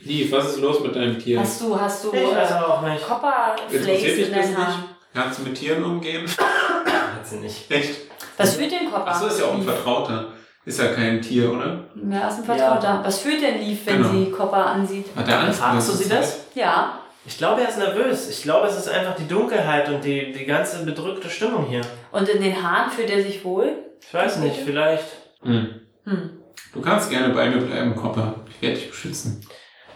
D: Lief, was ist los mit deinem Tier?
A: Hast du, hast du
C: Ich weiß
A: äh,
C: auch nicht.
D: Interessiert
A: Copperflakes
D: dich
A: in
D: das
A: deinen
D: nicht?
A: Haaren?
D: Kannst du mit Tieren umgehen?
C: Hat sie nicht.
D: Echt?
A: Was fühlt denn Copper?
D: Achso, ist ja auch ein Vertrauter. Ist ja kein Tier, oder?
A: Ja, ist ein Vertrauter. Was fühlt denn Lief, wenn
D: Genau.
A: sie Copper ansieht?
D: Hat er Angst?
C: Fragst du sie das?
A: Ja.
C: Ich glaube, er ist nervös. Ich glaube, es ist einfach die Dunkelheit und die, die ganze bedrückte Stimmung hier.
A: Und in den Haaren fühlt er sich wohl?
C: Ich weiß nicht, vielleicht.
D: Hm.
A: Hm.
D: Du kannst gerne bei mir bleiben, Kopper. Ich werde dich beschützen.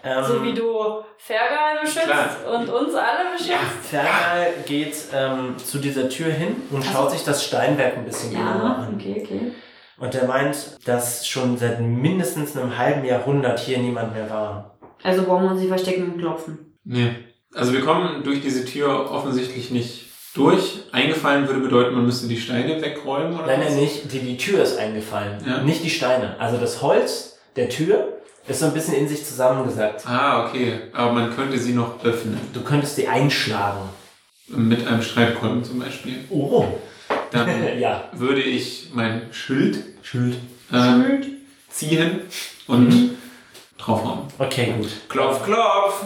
C: Ähm,
A: So wie du Fergal beschützt
D: Klar.
A: und uns alle beschützt.
C: Fergal geht ähm, zu dieser Tür hin und schaut sich das Steinwerk ein bisschen genauer
D: Genau.
C: an.
A: okay, okay.
C: Und er meint, dass schon seit mindestens einem halben Jahrhundert hier niemand mehr war.
A: Also brauchen wir uns nicht verstecken und klopfen.
D: Nee. Also wir kommen durch diese Tür offensichtlich nicht durch. Eingefallen würde bedeuten, man müsste die Steine wegräumen oder
C: Nein,
D: was?
C: nein, nicht. Die, die Tür ist eingefallen,
D: Ja.
C: nicht die Steine. Also das Holz der Tür ist so ein bisschen in sich zusammengesackt.
D: Ah, okay. Aber man könnte sie noch öffnen.
C: Du könntest sie einschlagen.
D: Mit einem Streitkolben zum Beispiel.
C: Oh. *laughs*
D: Dann
C: ja.
D: würde ich mein Schild
C: Schild.
D: äh, ziehen und draufhauen.
C: Okay, gut.
D: Klopf, klopf!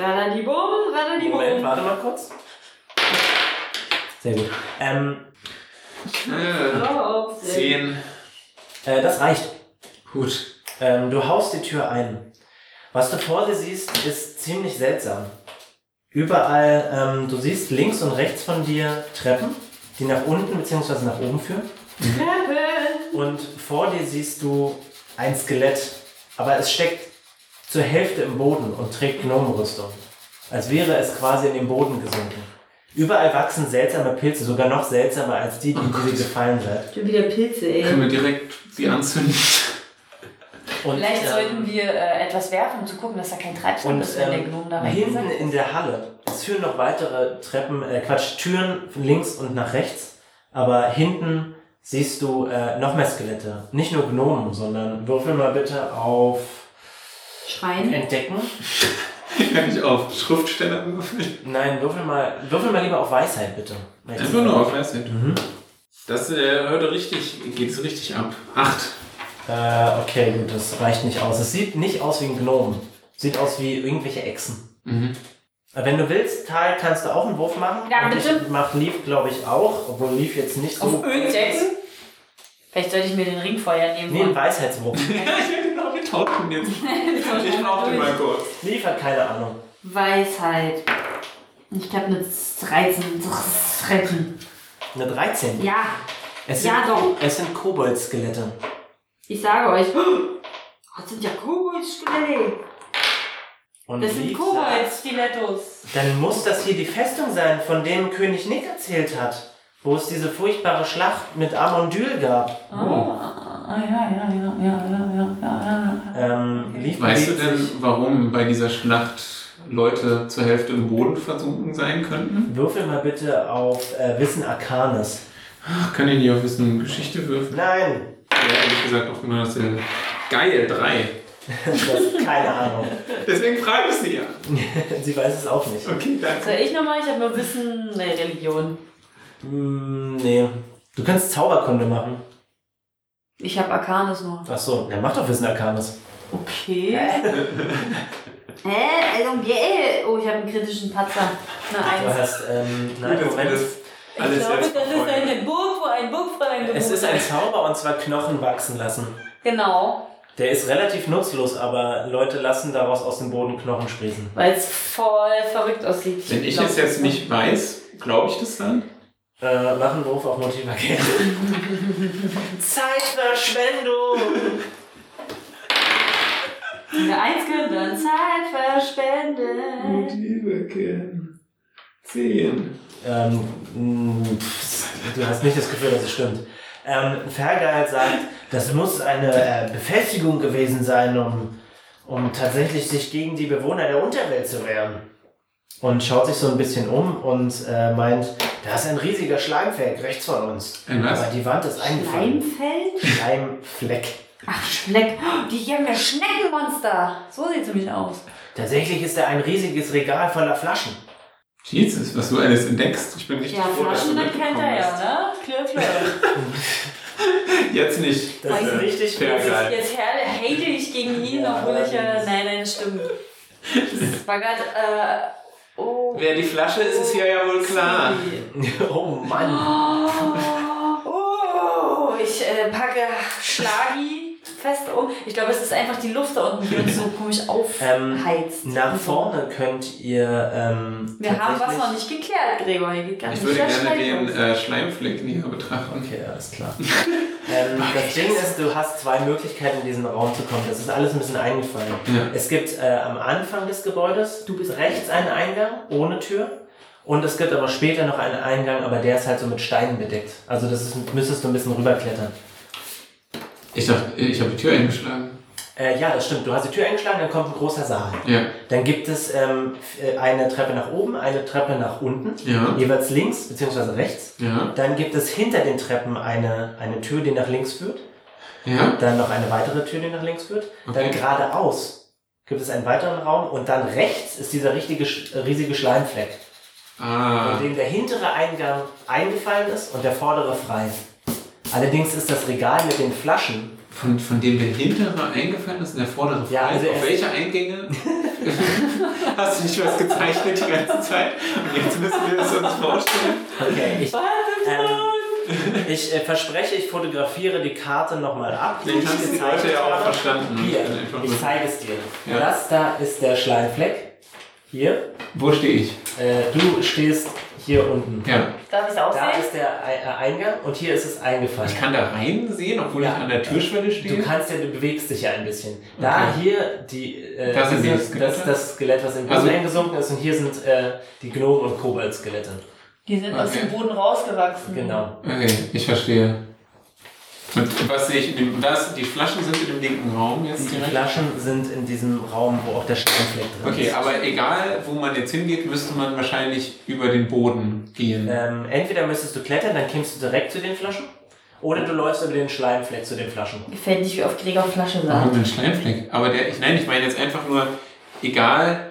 A: Radadibum,
C: Moment,
A: radadibum.
C: warte mal kurz. Sehr gut. Ähm,
D: Äh,
A: Oh, oh, sehr
D: zehn.
C: äh, das reicht.
D: Gut.
C: Ähm, du haust die Tür ein. Was du vor dir siehst, ist ziemlich seltsam. Überall, ähm, du siehst links und rechts von dir Treppen, die nach unten bzw. nach oben führen.
A: gut.
C: Und vor dir siehst du ein Skelett, aber es steckt zur Hälfte im Boden und trägt Gnomenrüstung. Als wäre es quasi in den Boden gesunken. Überall wachsen seltsame Pilze, sogar noch seltsamer als die, die, die sie gefallen sind.
A: Schon wieder Pilze, ey.
D: Können wir direkt die anzünden? *laughs*
C: Und,
A: Vielleicht
C: ähm,
A: sollten wir äh, etwas werfen, um zu gucken, dass da kein Treibstoff
C: Und
A: ist, wenn der
C: ähm,
A: Gnom da
C: hinten
A: reingesetzt
C: in der Halle. Es führen noch weitere Treppen, äh, Quatsch, Türen von links und nach rechts. Aber hinten siehst du äh, noch mehr Skelette. Nicht nur Gnomen, sondern würfel mal bitte auf
A: Schreien.
C: Entdecken.
D: Kann ich auf Schriftsteller würfeln?
C: Nein, würfel mal, würfel mal lieber auf Weisheit, bitte.
D: Einfach nur auf Weisheit.
C: Mhm.
D: Das äh, hörte richtig, geht es richtig ab. Acht.
C: Äh, okay, gut, das reicht nicht aus. Es sieht nicht aus wie ein Gnom. Sieht aus wie irgendwelche Echsen.
D: Mhm.
C: Äh, Wenn du willst, Tal, kannst du auch einen Wurf machen.
A: Ja,
C: Und ich
A: bitte.
C: Mach Leaf, glaube ich, auch. Obwohl Leaf jetzt nicht so...
A: Auf Öldecken? Vielleicht sollte ich mir den Ringfeuer nehmen.
C: Nee, ein Weisheitswurf.
D: *laughs* ich hätte noch getauscht von
A: *laughs*
D: jetzt. Ich brauchte mal kurz.
C: Leaf hat keine Ahnung.
A: Weisheit. Ich glaube, eine 13. 13.
C: Eine 13.
A: Ja,
C: Es sind,
A: ja doch.
C: Es sind Koboldskelette.
A: Ich sage euch. Oh, das sind ja Koboldskelette.
C: Und
A: Das sind
C: Leaf
A: Koboldsstilettos.
C: sagt, Dann muss das hier die Festung sein, von dem König Nick erzählt hat. Wo es diese furchtbare Schlacht mit Amondyl gab.
A: Oh. Ah, ja, ja, ja, ja, ja, ja, ja, ja.
C: Ähm, Leaf
D: Weißt du
C: bewegt sich.
D: denn, warum bei dieser Schlacht Leute zur Hälfte im Boden versunken sein könnten?
C: Würfel mal bitte auf äh, Wissen Arcanes.
D: Ach, kann ich nicht auf Wissen und Geschichte würfeln?
C: Nein,
D: Ja, ehrlich gesagt, auch immer dasselbe. Geil, drei.
C: *laughs* das ist keine Ahnung. *laughs*
D: Deswegen frage ich sie ja.
C: Sie weiß es auch nicht.
D: Okay, danke.
A: Soll ich nochmal? Ich habe nur Wissen, nee, Religion.
C: Hm, nee. Du kannst Zauberkunde machen.
A: Ich habe Arcanes nur.
C: Ach so, dann mach doch Wissen Arcanes.
A: Okay. Hä? Also, yeah. Oh, ich habe einen kritischen Patzer. Eine
C: Du
A: Eins.
C: hast, ähm,
D: Gut,
C: nein,
D: dass wir
C: Moment.
D: das alles
A: ich glaube,
D: jetzt
A: das ist
D: verfolgen.
A: eine Burg, wo ein Burgfräulein geboren
C: Es ist ein Zauber und zwar Knochen wachsen lassen.
A: Genau,
C: Der ist relativ nutzlos, aber Leute lassen daraus aus dem Boden Knochen sprießen.
A: weil es voll verrückt aussieht.
D: Wenn ich
A: glaub,
D: es jetzt nicht weiß, glaube ich das dann?
C: Äh, machen Wurf auf *laughs* Motiverkehr. Zeitverschwendung!
A: Wenn wir eins können, dann Zeit verschwenden.
D: Motive Zehn.
C: ähm, mh, pff, du hast nicht das Gefühl, dass es stimmt. Ähm, Fergal sagt, das muss eine äh, Befestigung gewesen sein, um, um tatsächlich sich gegen die Bewohner der Unterwelt zu wehren. Und schaut sich so ein bisschen um und äh, meint, da ist ein riesiger Schleimfeld rechts von uns.
D: Ein was?
C: Aber die Wand ist eingefallen.
A: Schleimfeld?
C: Schleimfleck.
A: Ach, Schneck. Oh, Die hier haben ja Schneckenmonster. So sieht es nämlich aus.
C: Tatsächlich ist da ein riesiges Regal voller Flaschen. *laughs*
D: Jesus, was du alles entdeckst. Ich bin richtig
A: Ja,
D: froh, dass du
A: Flaschen, dann kennt
D: mitgekommen
A: er ja,
D: bist.
A: ne? Klirr,
D: *laughs*
A: klirr.
D: Jetzt nicht.
C: Das
A: Weiß
C: ist richtig
D: Ja,
C: gut.
D: geil.
A: Jetzt her- hate ich gegen ihn,
C: Ja,
A: obwohl ich ja...
C: allerdings.
A: Nein, nein,
D: *laughs*
A: stimmt. Das war gerade... Äh, oh.
D: Wer die Flasche ist, ist hier ja wohl klar.
C: Oh Mann.
A: Oh, oh, ich äh, packe Schlagi fest um. Ich glaube, es ist einfach die Luft da unten, die uns
C: *laughs*
A: so komisch
C: Ähm,
A: aufheizt. Also,
C: Nach vorne könnt ihr. Ähm,
A: Wir haben was noch
C: tatsächlich-
A: nicht geklärt, Gregor. Hier geht ganz
D: Ich würde
A: viel
D: gerne
A: Schleim
D: den
A: raus.
D: äh, Schleimfleck näher betrachten.
C: Okay, alles
D: *laughs*
C: klar. ähm, das Ding ist, du hast zwei Möglichkeiten, in diesen Raum zu kommen. Das ist alles ein bisschen eingefallen.
D: Ja.
C: Es gibt äh, am Anfang des Gebäudes, du bist rechts einen Eingang ohne Tür. Und es gibt aber später noch einen Eingang, aber der ist halt so mit Steinen bedeckt. Also das ist, müsstest du ein bisschen rüberklettern.
D: Ich dachte, ich habe die Tür eingeschlagen.
C: Äh, ja, das stimmt. Du hast die Tür eingeschlagen, dann kommt ein großer Saal.
D: Ja.
C: Dann gibt es ähm, f- äh, eine Treppe nach oben, eine Treppe nach unten,
D: Ja.
C: jeweils links bzw. rechts.
D: Ja.
C: Dann gibt es hinter den Treppen eine, eine Tür, die nach links führt.
D: Ja.
C: Dann noch eine weitere Tür, die nach links führt.
D: Okay.
C: Dann geradeaus gibt es einen weiteren Raum und dann rechts ist dieser richtige, sch- äh, riesige Schleimfleck, in
D: Ah.
C: dem der hintere Eingang eingefallen ist und der vordere frei. Allerdings ist das Regal mit den Flaschen
D: Von, von dem der hintere eingefallen ist und der vordere frei.
C: Ja, also
D: Auf
C: er- *laughs*
D: welche Eingänge *laughs* hast du nicht was gezeichnet die ganze Zeit? Und jetzt müssen wir es uns vorstellen.
C: Okay, *laughs* ich, ähm, ich äh, verspreche, ich fotografiere die Karte nochmal ab.
D: Vielleicht haben es die Leute ja auch verstanden. Also
C: Hier,
D: Ich bin einfach
C: ich
D: nur-
C: zeige es dir.
D: Ja.
C: Das da ist der Schleimfleck. Hier.
D: Wo stehe ich?
C: Äh, du stehst hier unten.
D: Ja.
A: Darf ich es
C: Da
A: aussehen?
C: ist der Ei- äh, Eingang und hier ist es eingefallen.
D: Ich kann da reinsehen, obwohl
C: Ja.
D: ich an der Türschwelle
C: Du
D: stehe.
C: kannst ja, du bewegst dich ja ein bisschen. Da
D: Okay.
C: hier die, äh,
D: Das sind die
C: das,
D: Skelette?
C: das, ist das Skelett, was in den Boden
D: Also-
C: eingesunken ist und hier sind äh, die Gnomen und Kobold-Skelette.
A: Die sind aus
D: Okay.
A: dem Boden rausgewachsen.
C: Genau.
D: Okay, ich verstehe. Und was sehe ich in dem. Das, die Flaschen sind in dem linken Raum jetzt
C: Die
D: direkt.
C: Flaschen sind in diesem Raum, wo auch der Steinfleck drin
D: Okay,
C: ist.
D: aber egal, wo man jetzt hingeht, müsste man wahrscheinlich über den Boden gehen.
C: Ähm, entweder müsstest du klettern, dann kämst du direkt zu den Flaschen. Oder du läufst über den Schleimfleck zu den Flaschen.
A: Gefällt nicht, wie oft Gregor Flasche
D: Warum
A: sagt.
D: den Schleimfleck? Aber der, ich, nein, ich meine jetzt einfach nur, egal,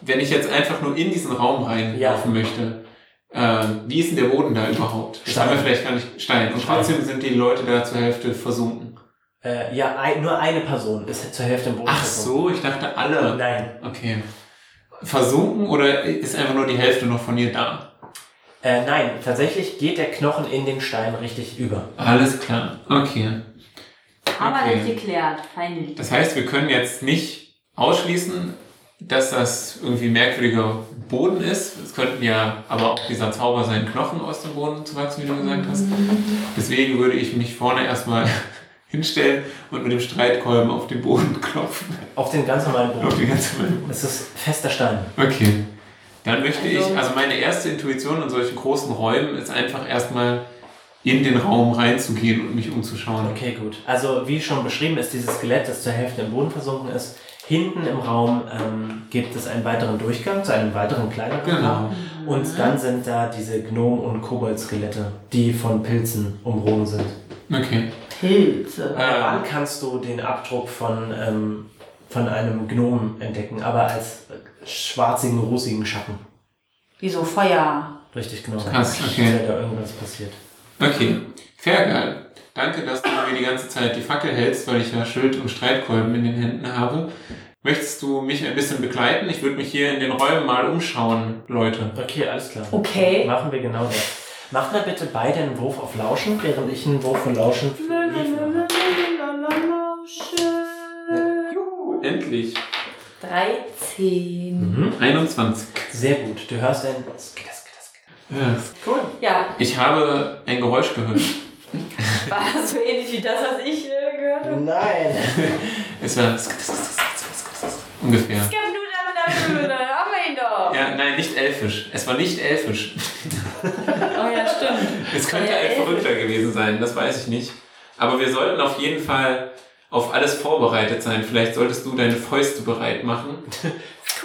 D: wenn ich jetzt einfach nur in diesen Raum reinlaufen möchte, äh, wie ist denn der Boden da überhaupt? Das
C: Stein.
D: haben wir vielleicht gar nicht Stein. Und
C: Stein.
D: trotzdem sind die Leute da zur Hälfte versunken.
C: Äh, ja, ein, nur eine Person ist zur Hälfte im Boden.
D: Ach
C: versunken.
D: so, ich dachte alle.
C: Nein.
D: Okay. Versunken oder ist einfach nur die Hälfte noch von ihr da?
C: Äh, nein, tatsächlich geht der Knochen in den Stein richtig über.
D: Alles klar. Okay.
A: Haben wir
D: Okay.
A: nicht geklärt, finally.
D: Das heißt, wir können jetzt nicht ausschließen, dass das irgendwie merkwürdiger Boden ist. Es könnten ja aber auch dieser Zauber seinen Knochen aus dem Boden zu wachsen, wie du gesagt hast. Deswegen würde ich mich vorne erstmal *laughs* hinstellen und mit dem Streitkolben auf den Boden *laughs* klopfen.
C: Auf den ganz normalen
D: Auf
C: Boden.
D: die ganze Welt.
C: Es ist fester Stein.
D: Okay. Dann möchte
A: Also-
D: ich, also meine erste Intuition in solchen großen Räumen ist einfach erstmal in den Raum reinzugehen und mich umzuschauen.
C: Okay, gut. Also wie schon beschrieben, ist dieses Skelett, das zur Hälfte im Boden versunken ist. Hinten im Raum ähm, gibt es einen weiteren Durchgang zu einem weiteren kleineren
D: Genau.
C: Raum. Und dann sind da diese Gnom- und Kobold-Skelette, die von Pilzen umrungen sind.
D: Okay.
A: Pilze.
D: Ah.
C: An der Wand kannst du den Abdruck von, ähm, von einem Gnom entdecken, aber als schwarzigen, rußigen Schatten.
A: Wieso Feuer?
C: Richtig, genau.
D: Krass, okay.
C: Ist ja da irgendwas passiert.
D: Okay, fair geil. Danke, dass du mir die ganze Zeit die Fackel hältst, weil ich ja Schild und Streitkolben in den Händen habe. Möchtest du mich ein bisschen begleiten? Ich würde mich hier in den Räumen mal umschauen, Leute.
C: Okay, alles klar.
A: Okay.
C: Machen wir genau das. Macht mal bitte beide einen Wurf auf Lauschen, während ich einen Wurf von Lauschen. für Leaf mache.
D: Endlich.
A: 13.
C: Mhm.
D: 21.
C: Sehr gut. Du hörst ein.
D: Ja.
C: Cool.
A: Ja,
D: Ich habe ein Geräusch gehört.
A: war so ähnlich wie das, was ich äh, gehört habe.
C: Nein.
D: Es war ungefähr.
A: Haben wir ihn doch.
D: Ja, nein, nicht elfisch. Es war nicht elfisch.
A: Oh ja, stimmt.
D: Es könnte
A: Ja,
D: ein
A: elfisch.
D: Verrückter gewesen sein, das weiß ich nicht. Aber wir sollten auf jeden Fall auf alles vorbereitet sein. Vielleicht solltest du deine Fäuste bereit machen.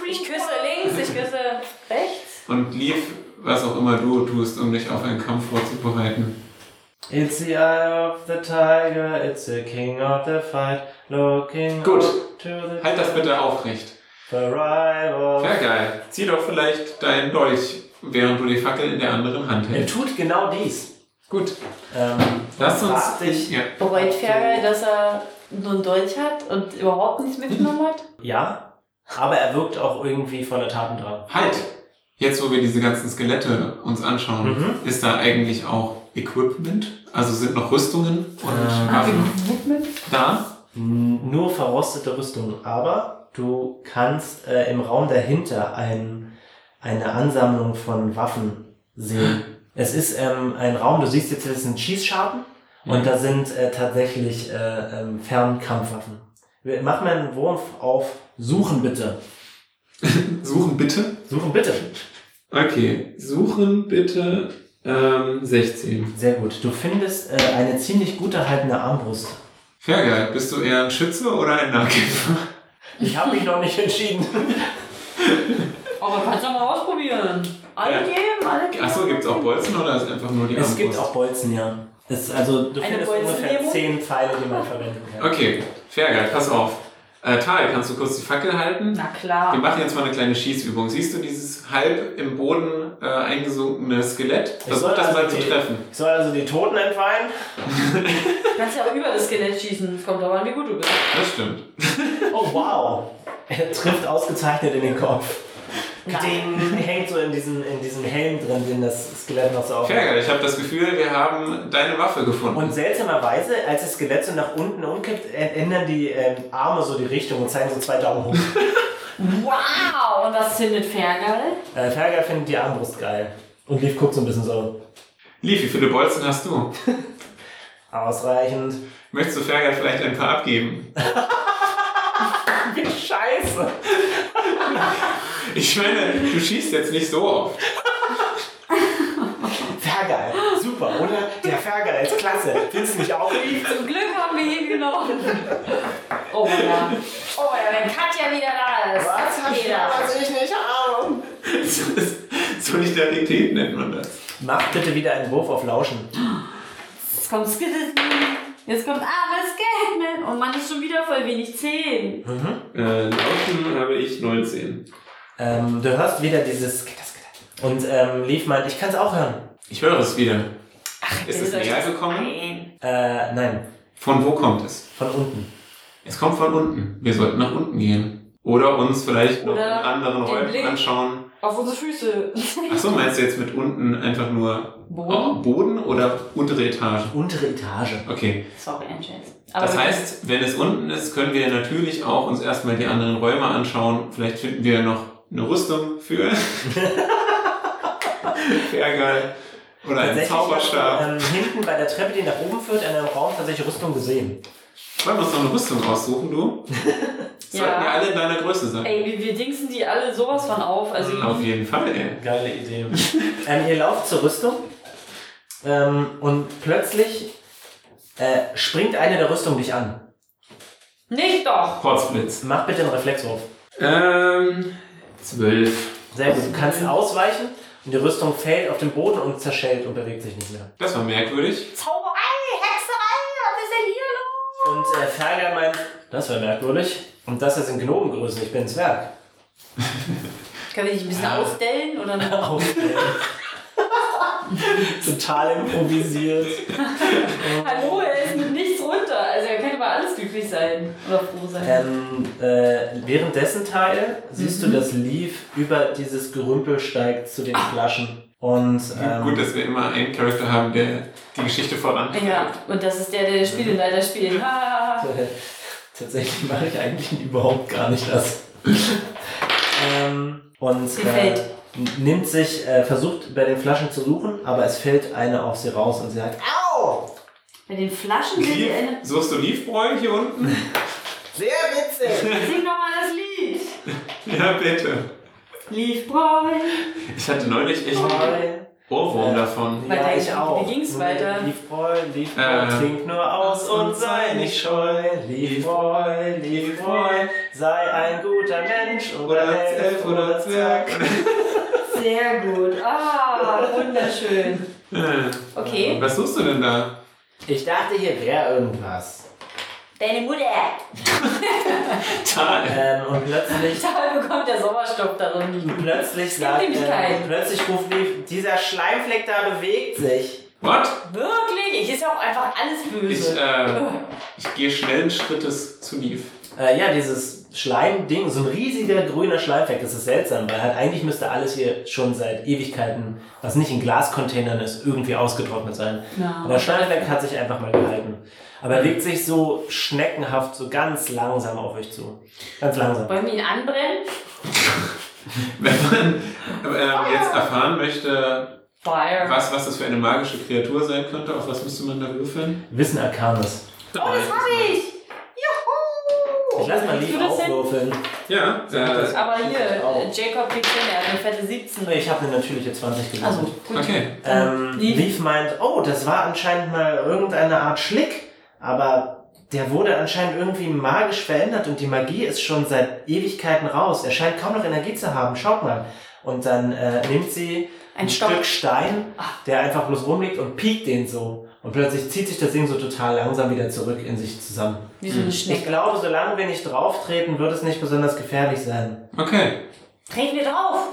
A: Ich küsse links, ich küsse rechts.
D: Und lief, was auch immer du tust, um dich auf einen Kampf vorzubereiten.
C: It's the eye of the tiger, it's the king of the fight, looking
D: Gut.
C: up to the
D: Halt das bitte aufrecht.
C: the rival.
D: Sehr geil. Zieh doch vielleicht deinen Dolch, während du die Fackel in der anderen Hand
C: Er
D: hältst.
C: tut genau dies.
D: Gut,
C: Ähm,
D: lass uns.
C: fragt dich-
D: ja.
A: Bereut Ferger, dass er nur einen Dolch hat und überhaupt nichts mitgenommen hat?
C: Ja, aber er wirkt auch irgendwie voller Taten dran.
D: Halt! Jetzt, wo wir diese ganzen Skelette uns anschauen,
C: Mhm.
D: ist da eigentlich auch Equipment? Also sind noch Rüstungen und
C: Äh,
D: Waffen
A: Equipment?
D: da?
C: Nur verrostete Rüstung, aber du kannst äh, im Raum dahinter ein, eine Ansammlung von Waffen sehen. Es ist ähm, ein Raum, du siehst jetzt, das sind Schießscharten
D: Mhm.
C: und da sind äh, tatsächlich äh, ähm, Fernkampfwaffen. Wir- Mach mal einen Wurf auf Suchen bitte.
D: Suchen bitte.
C: Suchen bitte.
D: Okay, suchen bitte ähm, 16.
C: Sehr gut. Du findest äh, eine ziemlich gut erhaltene Armbrust.
D: Fair geil. Bist du eher ein Schütze oder ein Nahkämpfer?
C: Ich habe mich noch nicht entschieden.
A: Aber kannst du mal ausprobieren. Alle
D: Ja.
A: geben, alle geben.
D: Achso, gibt's auch Bolzen oder ist einfach nur die
C: Es
D: Armbrust?
C: gibt auch Bolzen, ja. Es, also du
A: Eine
C: findest ungefähr
A: Bolzenhebung?
C: zehn Pfeile, die man verwenden kann.
D: Okay, fair geil. Pass auf. Äh, Tal, kannst du kurz die Fackel halten?
A: Na
D: Wir
A: klar.
D: machen jetzt mal eine kleine Schießübung. Siehst du dieses halb im Boden äh, eingesunkene Skelett? Versuch
C: soll
D: das mal
C: also
D: zu
C: die-
D: treffen.
C: Ich soll also die Toten entweihen.
A: Du kannst ja auch über das Skelett schießen. Es kommt darauf an, wie gut du bist.
D: Das stimmt.
C: *laughs* Oh wow. Er trifft ausgezeichnet in den Kopf. Den hängt so in diesem, in diesem Helm drin, den das Skelett noch so auf.
D: Fair geil. Ich habe das Gefühl, wir haben deine Waffe gefunden.
C: Und seltsamerweise, als das Skelett so nach unten umkippt, ä- ändern die ähm, Arme so die Richtung und zeigen so zwei Daumen
D: *laughs*
C: hoch.
A: Wow! Und das zündet Fergal.
C: äh, Ferger findet die Armbrust geil. Und Leaf guckt so ein bisschen so.
D: Lief, wie viele Bolzen hast
C: *laughs*
D: du?
C: Ausreichend.
D: Möchtest du Fergal vielleicht ein paar abgeben?
C: *laughs* Wie scheiße.
D: Ich meine, du schießt jetzt nicht so oft. *laughs*
C: Fergal. Super, oder? Der Fergal ist klasse. Findest du nicht auch Leaf?
A: Zum Glück haben wir ihn genommen. Oh ja. Oh ja, wenn Katja wieder da ist. Jeder.
C: ich nicht Ah, habe?
D: Solidarität nennt man das.
C: Mach bitte wieder einen Wurf auf Lauschen.
A: Jetzt kommt Skidden. Jetzt kommt armes Geld. ne? Und man ist schon wieder voll wenig. Zehn.
D: Äh, laufen habe ich 19.
C: Ähm, du hörst wieder dieses. Und ähm, Leaf meint, ich kann es auch hören.
D: Ich höre es wieder. ist es
A: Will euch
D: näher
A: das
D: gekommen?
A: ein?
C: Äh, nein,
D: Von wo kommt es?
C: von unten.
D: Es kommt von unten. Wir sollten nach unten gehen. Oder uns vielleicht noch in
A: Oder
D: anderen
A: den
D: Räumen
A: Blick.
D: anschauen.
A: Auf unsere Füße.
D: Achso, meinst du jetzt mit unten einfach nur
A: Boden.
D: Boden oder untere Etage?
C: Untere Etage.
D: Okay.
A: Sorry, Angels.
D: Oh. das heißt, wenn es unten ist, können wir natürlich auch uns erstmal die anderen Räume anschauen. Vielleicht finden wir noch eine
A: *laughs*
D: Rüstung für. Wäre geil. Oder einen Zauberstab.
C: Ähm, hinten bei der Treppe, die nach oben führt, in einem Raum tatsächlich Rüstung gesehen.
D: Wollen wir uns noch eine Rüstung aussuchen, du?
A: Ja.
D: Sollten wir alle in deiner Größe sein.
A: Ey, wir, wir dingsen die alle sowas von auf. Also,
D: Mhm. Auf jeden Fall, ey.
C: Geile Idee. *laughs* ähm, ihr lauft zur Rüstung ähm, und plötzlich äh, springt eine der Rüstung dich an.
A: nicht doch.
D: Potzblitz.
C: Mach bitte einen Reflexwurf.
D: Ähm, zwölf.
C: Sehr gut. Du kannst ausweichen und die Rüstung fällt auf den Boden und zerschellt und bewegt sich nicht mehr.
D: Das war merkwürdig.
A: Zauberei, Hexerei, was ist denn hier los?
C: Und äh, Fergal meint, das war merkwürdig. Und das ist in Gnomengrößen, ich bin ein Zwerg.
A: Können wir dich ein bisschen ausdellen oder
D: *laughs*
C: Total improvisiert.
A: Hallo, er ist mit nichts runter. Also er kann über alles glücklich sein oder froh sein.
C: Ähm, äh, währenddessen Teil siehst du, dass Leaf über dieses Gerümpel steigt zu den Flaschen. Und ähm,
D: Gut, dass wir immer einen Charakter haben, der die Geschichte vorantreibt.
A: Ja, und das ist der, der den Spieleleiter spielt. Ha, ha, ha.
C: äh, *laughs* tatsächlich mache ich eigentlich überhaupt gar nicht das. ähm, und äh,
A: Gefällt.
C: nimmt sich, äh, versucht bei den Flaschen zu suchen, aber es fällt eine auf sie raus und sie sagt, Au!
A: Bei den Flaschen sind die
D: Lief,
A: eine.
D: suchst du Liefbräu
A: *laughs*
D: hier unten?
C: Sehr witzig!
A: Sing doch mal das Lied.
D: ja, bitte.
A: Lief Boy.
D: Ich hatte neulich echt Ohrwurm davon.
A: Bei der- wie ging's weiter?
C: Lief Boy, Lief Boy,
D: Ähm.
C: trink nur aus und sei nicht scheu. Lief Boy, Lief Boy, sei ein guter Mensch oder Elf oder Zwerg.
A: Sehr gut. Ah, wunderschön. Okay.
D: Äh, Was suchst du denn da?
C: Ich dachte, hier wäre irgendwas.
A: Deine Mutter.
D: Tal.
C: Ähm, und plötzlich,
A: Da bekommt der Sommerstopp darin liegen.
C: plötzlich sagt,
A: nämlich
C: äh,
A: keinen.
C: plötzlich ruft Lief, dieser Schleimfleck da bewegt sich.
D: What?
A: Wirklich? Ich ist ja auch einfach alles
D: Ich,
A: böse.
D: äh, ich gehe schnellen Schrittes zu Lief.
C: Äh, ja, dieses Schleimding, so ein riesiger grüner Schleimfleck, das ist seltsam, weil halt eigentlich müsste alles hier schon seit Ewigkeiten, was nicht in Glascontainern ist, irgendwie ausgetrocknet sein.
A: Na.
C: Aber Schleimfleck hat sich einfach mal gehalten. Aber er legt sich so schneckenhaft, so ganz langsam auf euch zu. Ganz langsam.
A: Wollen wir ihn anbrennen?
D: Wenn man ähm, jetzt erfahren möchte,
A: Fire.
D: was, was das für eine magische Kreatur sein könnte, auf was müsste man da würfeln?
C: Wissen Arcanes.
A: Oh, das hab ich! Juhu!
C: Ich lasse mal
A: Kriegst
C: lieb
A: du das hin?
C: aufwürfeln.
D: Ja, äh,
A: Aber hier,
C: Auch.
A: Jacob kriegt hin, er hat eine fette 17.
C: Ich habe eine natürliche 20 gelesen.
A: Also, gut.
D: okay.
C: Ähm,
A: Lief.
C: Leaf meint, oh, das war anscheinend mal irgendeine Art Schlick, aber der wurde anscheinend irgendwie magisch verändert und die Magie ist schon seit Ewigkeiten raus. Er scheint kaum noch Energie zu haben, schaut mal. Und dann äh, nimmt sie
A: Ein Stock. Ah.
C: Stück Stein, der einfach bloß rumliegt und piekt den so. Und plötzlich zieht sich das Ding so total langsam wieder zurück in sich zusammen.
A: Wie so eine
C: Ich
A: Schnecke.
C: glaube, solange wir nicht drauftreten, wird es nicht besonders gefährlich sein.
D: Okay.
A: Treten wir
D: *laughs*
A: drauf!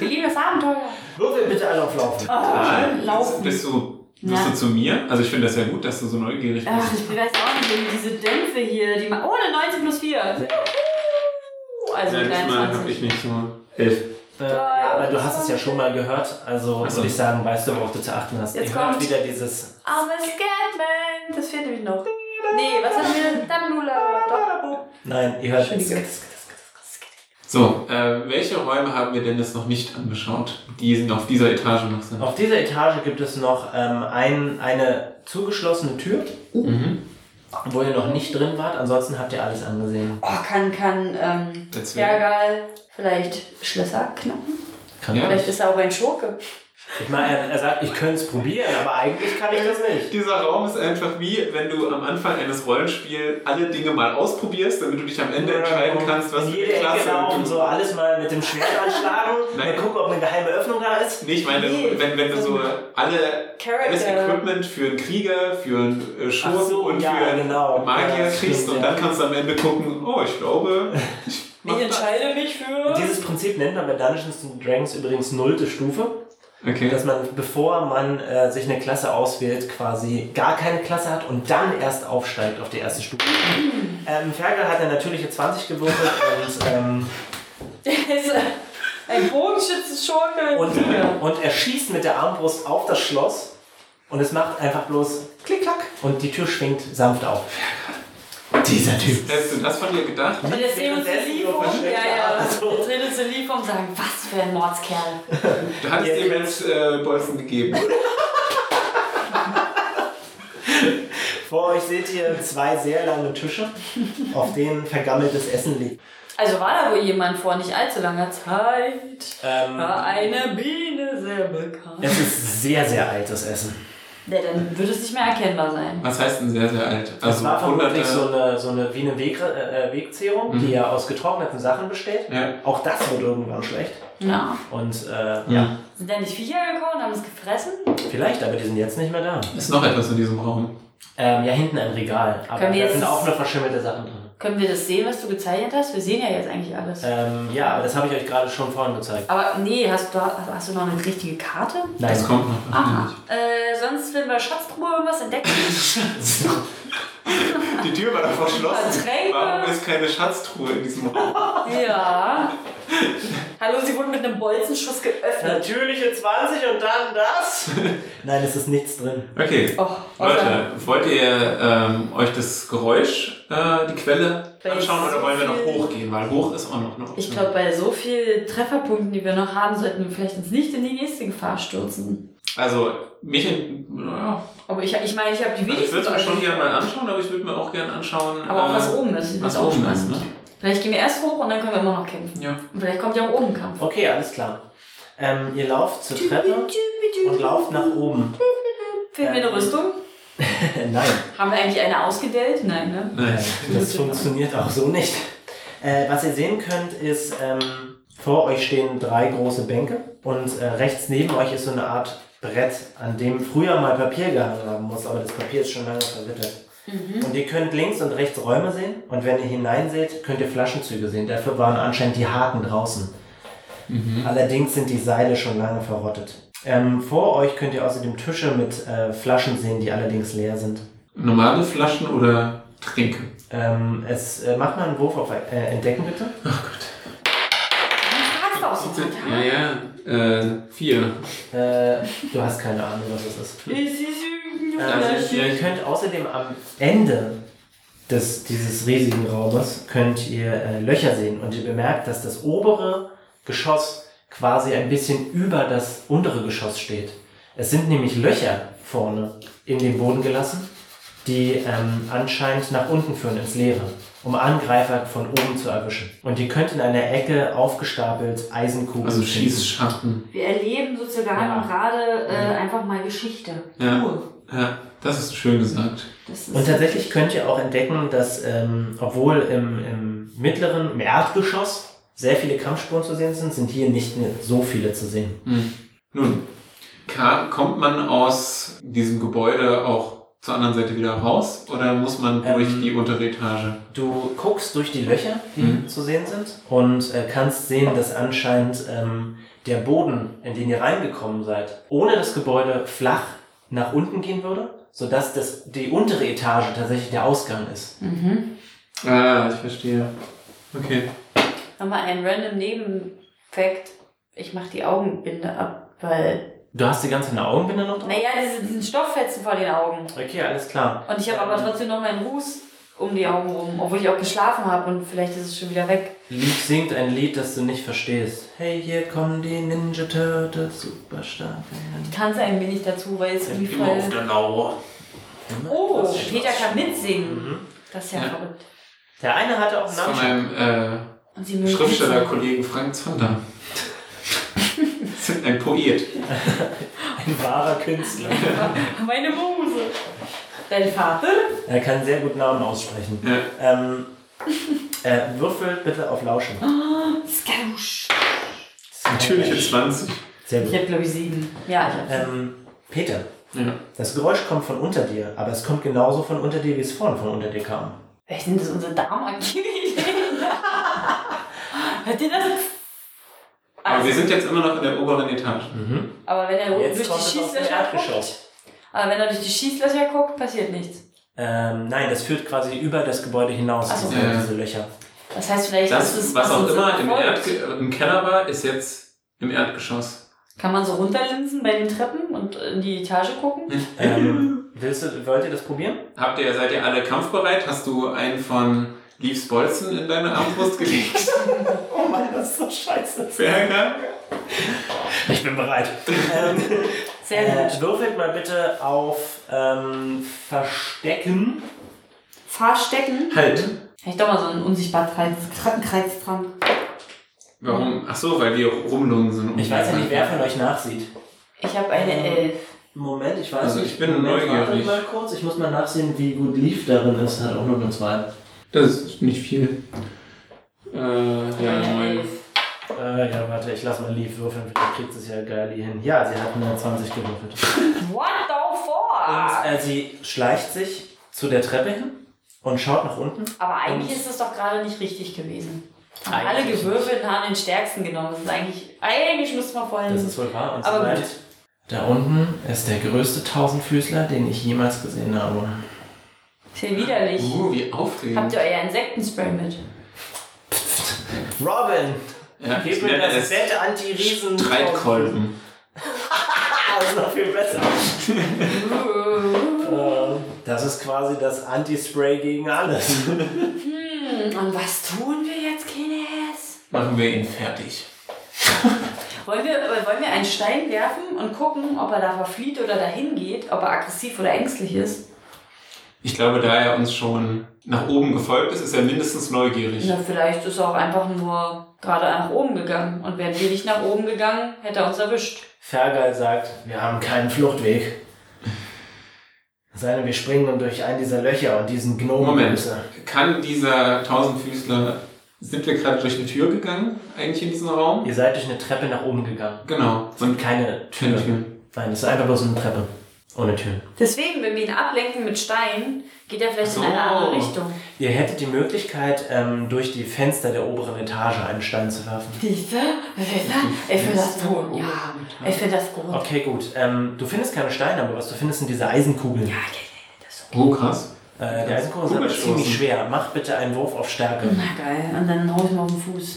A: wir lieben das Abenteuer. Ah,
C: Würfel bitte alle auf Laufen.
D: Tal,
A: laufen.
D: Ah, bist du, bist
A: Ja.
D: du zu mir? Also ich finde das ja gut, dass du so neugierig
A: Ach,
D: bist.
A: ich weiß auch nicht, irgendwie diese Dämpfe hier, die ma- Oh, eine 19 plus 4. Also
D: Nein, diesmal habe
A: 23.
D: ich nicht so. Elf.
C: Äh, ja, aber du hast es ja schon mal gehört, also würde ich sagen, weißt du, worauf du zu achten hast.
A: Jetzt
C: Ihr hört
A: kommt-
C: wieder dieses.
A: Armes Scatman! Das fehlt nämlich noch. Nee, was haben wir? Damnula.
C: Nein, ihr hört.
A: Entschuldige.
D: So, äh, welche Räume haben wir denn jetzt noch nicht angeschaut, die sind auf dieser Etage noch sind?
C: Auf dieser Etage gibt es noch ähm, ein, eine zugeschlossene Tür,
D: Mhm.
C: wo ihr noch nicht drin wart. Ansonsten habt ihr alles angesehen.
A: Oh, kann, kann, ähm,
D: Der Zwerg.
A: Bergal vielleicht Schlösser knacken?
C: Kann
D: Ja.
A: Vielleicht ist er auch ein Schurke.
C: Ich meine, er, er sagt, ich könnte es probieren, aber eigentlich kann ich das nicht.
D: Dieser Raum ist einfach wie, wenn du am Anfang eines Rollenspiels alle Dinge mal ausprobierst, damit du dich am Ende entscheiden kannst, was
C: In
D: für eine
C: jede Ecke
D: Klasse
C: laufen,
D: du-
C: so alles mal mit dem Schwert anschlagen, mal
D: *laughs* Nein.
C: gucken, ob eine geheime Öffnung da ist.
D: Nee, ich meine,
A: Nee,
D: wenn, wenn du so alle
A: Character.
D: alles Equipment für einen Krieger, für einen äh,
C: Ach
D: Schurken
C: so,
D: und
C: ja,
D: für einen
C: genau. Ja,
D: Magier
C: das
D: kriegst
C: stimmt,
D: und
C: ja.
D: dann kannst du am Ende gucken, oh, ich glaube,
C: *laughs*
D: ich mach
A: Ich
D: das.
A: entscheide mich für.
C: Dieses Prinzip nennt man bei Dungeons and Dragons übrigens nullte Stufe,
D: Okay.
C: dass man, bevor man äh, sich eine Klasse auswählt, quasi gar keine Klasse hat und dann erst aufsteigt auf die erste Stufe. Ähm, Fergal hat eine natürliche 20 gewürfelt und, ähm,
A: *laughs* Der ist äh, ein Bogenschützen-Schurke.
C: und, und er schießt mit der Armbrust auf das Schloss und es macht einfach bloß Klick-Klack und die Tür schwingt sanft auf. Dieser Typ.
D: Hättest du das von dir gedacht?
A: Und jetzt sehen uns die Lee vom, ja, ja, jetzt sehen uns die Lee vom sagen, was für ein Mordskerl.
D: Du hattest
C: Ja,
D: ihm jetzt äh, Bolzen gegeben.
C: Vor euch seht ihr zwei sehr lange Tische, auf denen vergammeltes Essen liegt.
A: Also war da wohl jemand vor nicht allzu langer Zeit.
C: Ähm,
A: War eine Biene sehr bekannt.
C: Es ist sehr, sehr altes Essen.
A: Ja, dann würde es nicht mehr erkennbar sein.
D: Was heißt denn sehr, sehr alt?
C: Es
D: Also
C: war vermutlich
D: hunderte.
C: so
D: Mhm.
C: eine, so eine wie eine Wegre äh, Wegzehrung, die er aus getrockneten Sachen besteht.
D: Ja.
C: Auch das wird irgendwann schlecht.
A: Ja.
C: Und äh, ja,
D: Ja.
A: Sind da nicht Viecher gekommen und haben es gefressen?
C: vielleicht, aber die sind jetzt nicht mehr da.
D: Hm. Ist noch etwas in diesem Raum.
C: Ähm, ja, hinten ein Regal. Aber
A: Können wir
C: da
A: jetzt-
C: sind auch nur verschimmelte Sachen drin.
A: Können wir das sehen, was du gezeichnet hast? Wir sehen ja jetzt eigentlich alles.
C: Ähm, ja, aber das habe ich euch gerade schon vorhin gezeigt.
A: Aber nee, hast du, hast du noch eine richtige Karte?
C: Nein. Ah.
D: Das kommt noch.
A: Aha. Äh, sonst, wenn wir Schatztruhe irgendwas entdecken.
D: Die Tür war da verschlossen.
A: Verträge.
D: Warum ist keine Schatztruhe in diesem
C: *laughs*
D: Raum?
A: ja. Hallo, sie wurden mit einem Bolzenschuss geöffnet.
C: Natürliche 20 und dann
D: *laughs*
C: das? Nein, es ist nichts drin.
D: Okay.
A: Oh,
D: Leute, wollt ihr ähm, euch das Geräusch, äh, die Quelle
A: Bei
D: anschauen
A: so
D: oder wollen wir noch
A: viel-
D: hochgehen? Weil hoch ist auch noch ne? eine Option.
A: Ich glaube, bei so vielen Trefferpunkten, die wir noch haben, sollten wir vielleicht uns nicht in die nächste Gefahr stürzen.
D: Also, mich, naja,
A: Aber ich ich meine, ich habe die
D: also ich
A: wenigsten.
D: würde es mir schon
A: Leute-
D: gerne mal anschauen, aber ich würde mir auch gerne anschauen,
A: aber auch
D: äh,
A: was oben ist.
D: was
A: ist auch
D: oben ist.
A: spannend.
D: Ne?
A: Vielleicht gehen wir erst hoch und dann können wir immer noch kämpfen.
D: Ja.
A: Und vielleicht kommt ja auch oben Kampf.
C: Okay, alles klar. Ähm, ihr lauft zur Treppe und lauft nach oben. *laughs*
A: Finden wir eine Rüstung?
C: Nein.
A: Haben wir eigentlich eine ausgedellt? Nein, ne?
D: Nein.
C: Äh, Das funktioniert auch so nicht. Äh, was ihr sehen könnt, ist, ähm, vor euch stehen drei große Bänke und äh, rechts neben euch ist so eine Art Brett, an dem früher mal Papier gehangen haben muss, aber das Papier ist schon lange verwittert. Und ihr könnt links und rechts Räume sehen und wenn ihr hineinseht, könnt ihr Flaschenzüge sehen. Dafür waren anscheinend die Haken draußen. Allerdings sind die Seile schon lange verrottet. Ähm, vor euch könnt ihr außerdem Tische mit äh, Flaschen sehen, die allerdings leer sind.
D: Normale Flaschen oder Trinken?
C: Ähm, es äh, macht mal einen Wurf auf äh, Entdecken bitte.
A: Oh
D: Ach Gott.
A: Dann fragst du auch so
D: Oh, Ja, ja. Äh, vier.
C: Äh, du hast keine Ahnung, was es ist.
A: Es ist
D: Also,
A: irgendein
D: ich-
C: Ähm, Ihr könnt außerdem am Ende des, dieses riesigen Raumes könnt ihr äh, Löcher sehen und ihr bemerkt, dass das obere Geschoss quasi ein bisschen über das untere Geschoss steht. Es sind nämlich Löcher vorne in den Boden gelassen, die ähm, anscheinend nach unten führen ins Leere, um Angreifer von oben zu erwischen. Und ihr könnt in einer Ecke aufgestapelt Eisenkugeln
A: Oh,
D: Also
C: finden.
D: Schießschatten.
A: Wir erleben sozusagen
C: Ja.
A: gerade äh, einfach mal Geschichte.
D: Ja.
A: Ruhe.
D: Ja, das ist schön gesagt.
A: Das ist
C: Und tatsächlich könnt ihr auch entdecken, dass ähm, obwohl im, im mittleren, im Erdgeschoss sehr viele Kampfspuren zu sehen sind, sind hier nicht mehr so viele zu sehen.
D: Hm. Nun, ka- kommt man aus diesem Gebäude auch zur anderen Seite wieder raus oder muss man durch
C: Ähm.
D: die untere Etage?
C: Du guckst durch die Löcher, die
D: Mhm.
C: zu sehen sind, und äh, kannst sehen, dass anscheinend ähm, der Boden, in den ihr reingekommen seid, ohne das Gebäude flach nach unten gehen würde, sodass das, die untere Etage tatsächlich der Ausgang ist.
A: Mhm.
D: Ah, ich verstehe. Okay.
A: Nochmal ein random Nebenfakt. Ich mache die Augenbinde ab, weil.
C: Du hast die ganze Augenbinde noch drauf?
A: Naja, diese, diesen Stofffetzen vor den Augen.
C: Okay, alles klar.
A: Und ich habe aber trotzdem noch meinen Ruß. um die Augen rum, obwohl ich auch geschlafen habe und vielleicht ist es schon wieder weg.
B: Luke singt ein Lied, das du nicht verstehst. Hey, hier kommen die Ninja Turtles, super stark.
A: Ich tanze ein wenig dazu, weil es irgendwie
B: Immer auf
A: voll.
B: der Lauer.
A: Oh, Peter kann mitsingen. Das ist ja,
D: Ja.
A: verrückt.
C: Der eine hatte auch einen
D: Das ist von
C: Namen.
D: meinem
A: Und sie
D: äh,
A: mögen
D: Schriftstellerkollegen Frank Zander. *laughs* Ein Poet.
C: Ein wahrer Künstler.
A: singen. *laughs* Meine Muse. Dein Vater?
C: Er kann sehr gut Namen aussprechen.
D: Ja.
A: *laughs*
C: Ähm, äh, würfel bitte auf Lauschen.
A: Skadusch.
D: Natürliche 20.
C: Sehr
A: Ich
C: gut.
A: habe glaube ich sieben. Ja, ich habe
C: Ähm, Peter,
D: Ja.
C: das Geräusch kommt von unter dir, aber es kommt genauso von unter dir, wie es vorhin von unter dir kam.
A: Vielleicht sind das unsere
C: *laughs*
A: Darmaktivitäten. Hört ihr das?
D: Aber
A: Also,
D: wir sind jetzt immer noch in der oberen Etage.
A: aber wenn er
C: Jetzt
A: durch
C: kommt
A: die
C: es aus dem
A: Schießlöcher guckt.
C: Erdgeschoss.
A: Aber wenn er durch die Schießlöcher guckt, passiert nichts.
C: Ähm, nein, das führt quasi über das Gebäude hinaus,
A: Ach so.
C: diese,
D: Ja.
C: diese Löcher.
A: Das heißt, vielleicht
D: Das,
A: ist also es
D: was auch
A: uns
D: immer im,
A: verfolgt.
D: Erdge äh, im Keller war, ist jetzt im Erdgeschoss.
A: Kann man so runterlinsen bei den Treppen und in die Etage gucken?
C: Ähm, *laughs* willst du, wollt ihr das probieren?
D: Habt ihr, seid ihr alle kampfbereit? Hast du einen von Leaves Bolzen in deine Armbrust gelegt?
C: Oh Mann, das ist so scheiße.
D: Berger?
C: Ich bin bereit. Ähm, *laughs*
A: Sehr gut.
C: äh, würfelt mal bitte auf ähm, Verstecken.
A: Fahrstecken.
D: Halt.
A: Hätte ich doch mal so einen Unsichtbarkeitskreis Kreis dran.
D: Warum? Ach so, weil wir rumlunsen. und-
C: Ich weiß ja nicht, wer von euch nachsieht.
A: Ich habe eine Elf.
C: Moment, ich weiß
D: Also
C: nicht.
D: ich bin
C: Moment,
D: neugierig.
C: Wartet mal kurz, ich muss mal nachsehen, wie gut Leaf darin ist. Hat auch nur eine 2.
D: Das ist nicht viel. Äh, ja,
A: eine
D: neun.
A: Elf.
C: Äh, ja, warte, ich lass mal Leaf würfeln. Vielleicht kriegt es ja geil hin. Ja, sie hat eine 20 gewürfelt.
A: What the
C: Und
A: fuck?
C: äh, sie schleicht sich zu der Treppe hin und schaut nach unten.
A: Aber eigentlich ist das doch gerade nicht richtig gewesen. Haben alle
C: Eigentlich
A: gewürfelt und haben den stärksten genommen. Das ist eigentlich. Eigentlich müsste man vorhin.
C: Das ist wohl wahr. Und sie
A: Aber
C: meint,
A: gut.
B: Da unten ist der größte Tausendfüßler, den ich jemals gesehen habe.
A: Ist ja widerlich.
D: Uh, wie aufregend.
A: Habt ihr euer Insektenspray mit?
C: Robin!
D: Ja, ich
C: Gib mir
D: nenne
C: das
D: es
C: Set Anti-Riesen. Ah,
D: Streitkolben.
C: Das ist noch viel besser.
A: Hm,
C: *laughs* Ähm, Das ist quasi das Anti-Spray gegen *laughs* alles.
A: Hm, Und was tun wir jetzt, Kines?
D: Machen wir ihn fertig.
A: Wollen wir, äh, wollen wir einen Stein werfen und gucken, ob er da verflieht oder dahin geht, ob er aggressiv oder ängstlich ist?
D: Ich glaube, da er uns schon nach oben gefolgt ist, ist er mindestens neugierig.
A: Na, vielleicht ist er auch einfach nur gerade nach oben gegangen. Und wären wir nicht nach oben gegangen, hätte er uns erwischt.
C: Fergal sagt, wir haben keinen Fluchtweg. Seine, wir springen nun durch ein dieser Löcher und diesen Gnomen.
D: Moment. Kann dieser Tausendfüßler. Sind wir gerade durch eine Tür gegangen, eigentlich in diesen Raum?
C: Ihr seid durch eine Treppe nach oben gegangen.
D: Genau. Und
C: Keine Tür.
D: keine Tür.
C: Nein, es ist einfach bloß eine Treppe. Ohne Türen.
A: Deswegen, wenn wir ihn ablenken mit Steinen, geht er vielleicht in eine
D: So.
A: andere Richtung.
C: Ihr hättet die Möglichkeit, ähm, durch die Fenster der oberen Etage einen Stein zu werfen.
A: Siehste? Siehste? Ich finde das gut. Ja, ich finde das gut.
C: Okay, gut. Ähm, du findest keine Steine, aber was du findest, sind diese Eisenkugeln.
A: Ja, okay, nee, das ist
D: Oh, krass.
C: Äh, die Eisenkugel sind aber
D: Kugelstoßen.
C: ziemlich schwer. Mach bitte einen Wurf auf Stärke.
A: Na geil. Und dann hau ich mal auf den Fuß.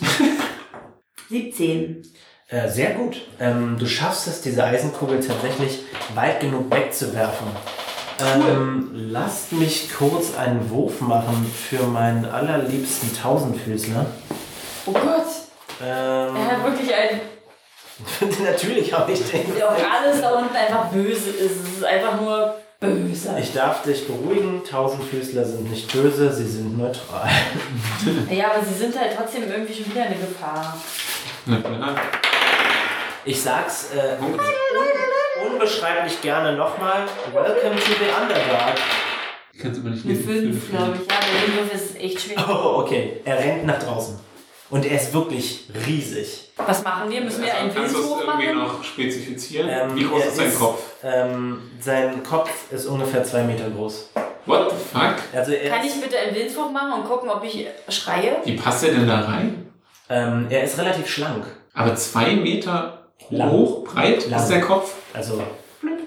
A: *laughs* 17.
C: Äh, sehr gut. Ähm, du schaffst es, diese Eisenkugel tatsächlich weit genug wegzuwerfen. Ähm, lasst mich kurz einen Wurf machen für meinen allerliebsten Tausendfüßler.
A: Oh Gott,
C: Ähm,
A: er
C: *laughs*
A: hat wirklich einen
C: natürlich habe ich den.
A: Wie auch alles da unten einfach böse ist. Es ist einfach nur böse.
C: Ich darf dich beruhigen, Tausendfüßler sind nicht böse, sie sind neutral.
A: Ja, aber sie sind halt trotzdem irgendwie schon wieder eine Gefahr.
D: Na klar.
C: Ich sag's äh, un unbeschreiblich gerne nochmal. Welcome to the Underdark.
D: Ich kann es aber nicht
A: Eine
D: lesen.
A: 5, glaube ich. Ja, der Windwurf ist echt schwer.
C: Oh, okay. Er rennt nach draußen. Und er ist wirklich riesig.
A: Was machen wir? Müssen wir einen
D: Kannst du es
A: Windwurf
D: irgendwie
A: machen?
D: noch spezifizieren?
C: Ähm,
D: Wie groß
C: er
D: ist sein
C: ist-
D: Kopf?
C: Ähm, sein Kopf ist ungefähr zwei Meter groß.
D: What the fuck?
C: Also er,
A: Kann ich bitte einen Windwurf machen und gucken, ob ich schreie?
D: Wie passt er denn da rein?
C: ähm, er ist relativ schlank.
D: Aber zwei Meter
C: Lang.
D: hoch, breit
C: Lang.
D: ist der Kopf.
C: Also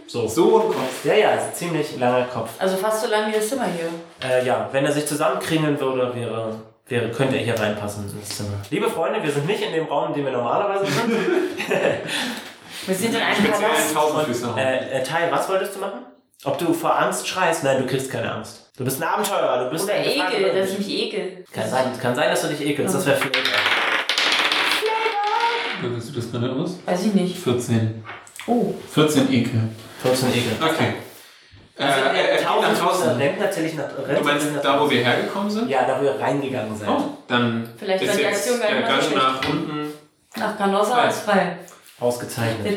C: so.
D: So ein Kopf.
C: Ja, ja, also ziemlich langer Kopf.
A: Also fast so lang wie das Zimmer hier.
C: Äh, ja, wenn er sich zusammenkringeln würde, wäre, wäre, könnte er hier reinpassen ins Zimmer. Liebe Freunde, wir sind nicht in dem Raum, in dem wir normalerweise
A: *laughs*
C: sind.
A: Wir sind in einem
D: Speziell ein
A: Palast.
D: Tausendfüßler.
C: äh, äh, Tai, was wolltest du machen? Ob du vor Angst schreist? Nein, du kriegst keine Angst. Du bist ein Abenteurer, du bist
A: Oder
C: ein Gefangener.
A: Ekel, dass ich mich ekel.
B: Kann sein, kann sein, dass du dich ekelst. Das wäre Flavor.
D: Wie willst du das gerade aus?
A: Weiß ich nicht.
D: 14.
A: Oh.
D: 14 Ekel.
B: 14 Ekel.
D: Okay. Äh,
C: Also,
D: er, er geht nach draußen.
C: rennt natürlich nach
D: Du meinst da, wo wir hergekommen sind?
C: Ja, da wo wir reingegangen sind.
D: Oh, dann
A: Vielleicht
D: ist
A: war die
D: jetzt
A: Aktion gar
D: der
A: nicht mal so
D: Gun
A: schlecht.
D: nach unten.
A: Nach Canossa
D: Nein.
A: als Fall.
B: Ausgezeichnet.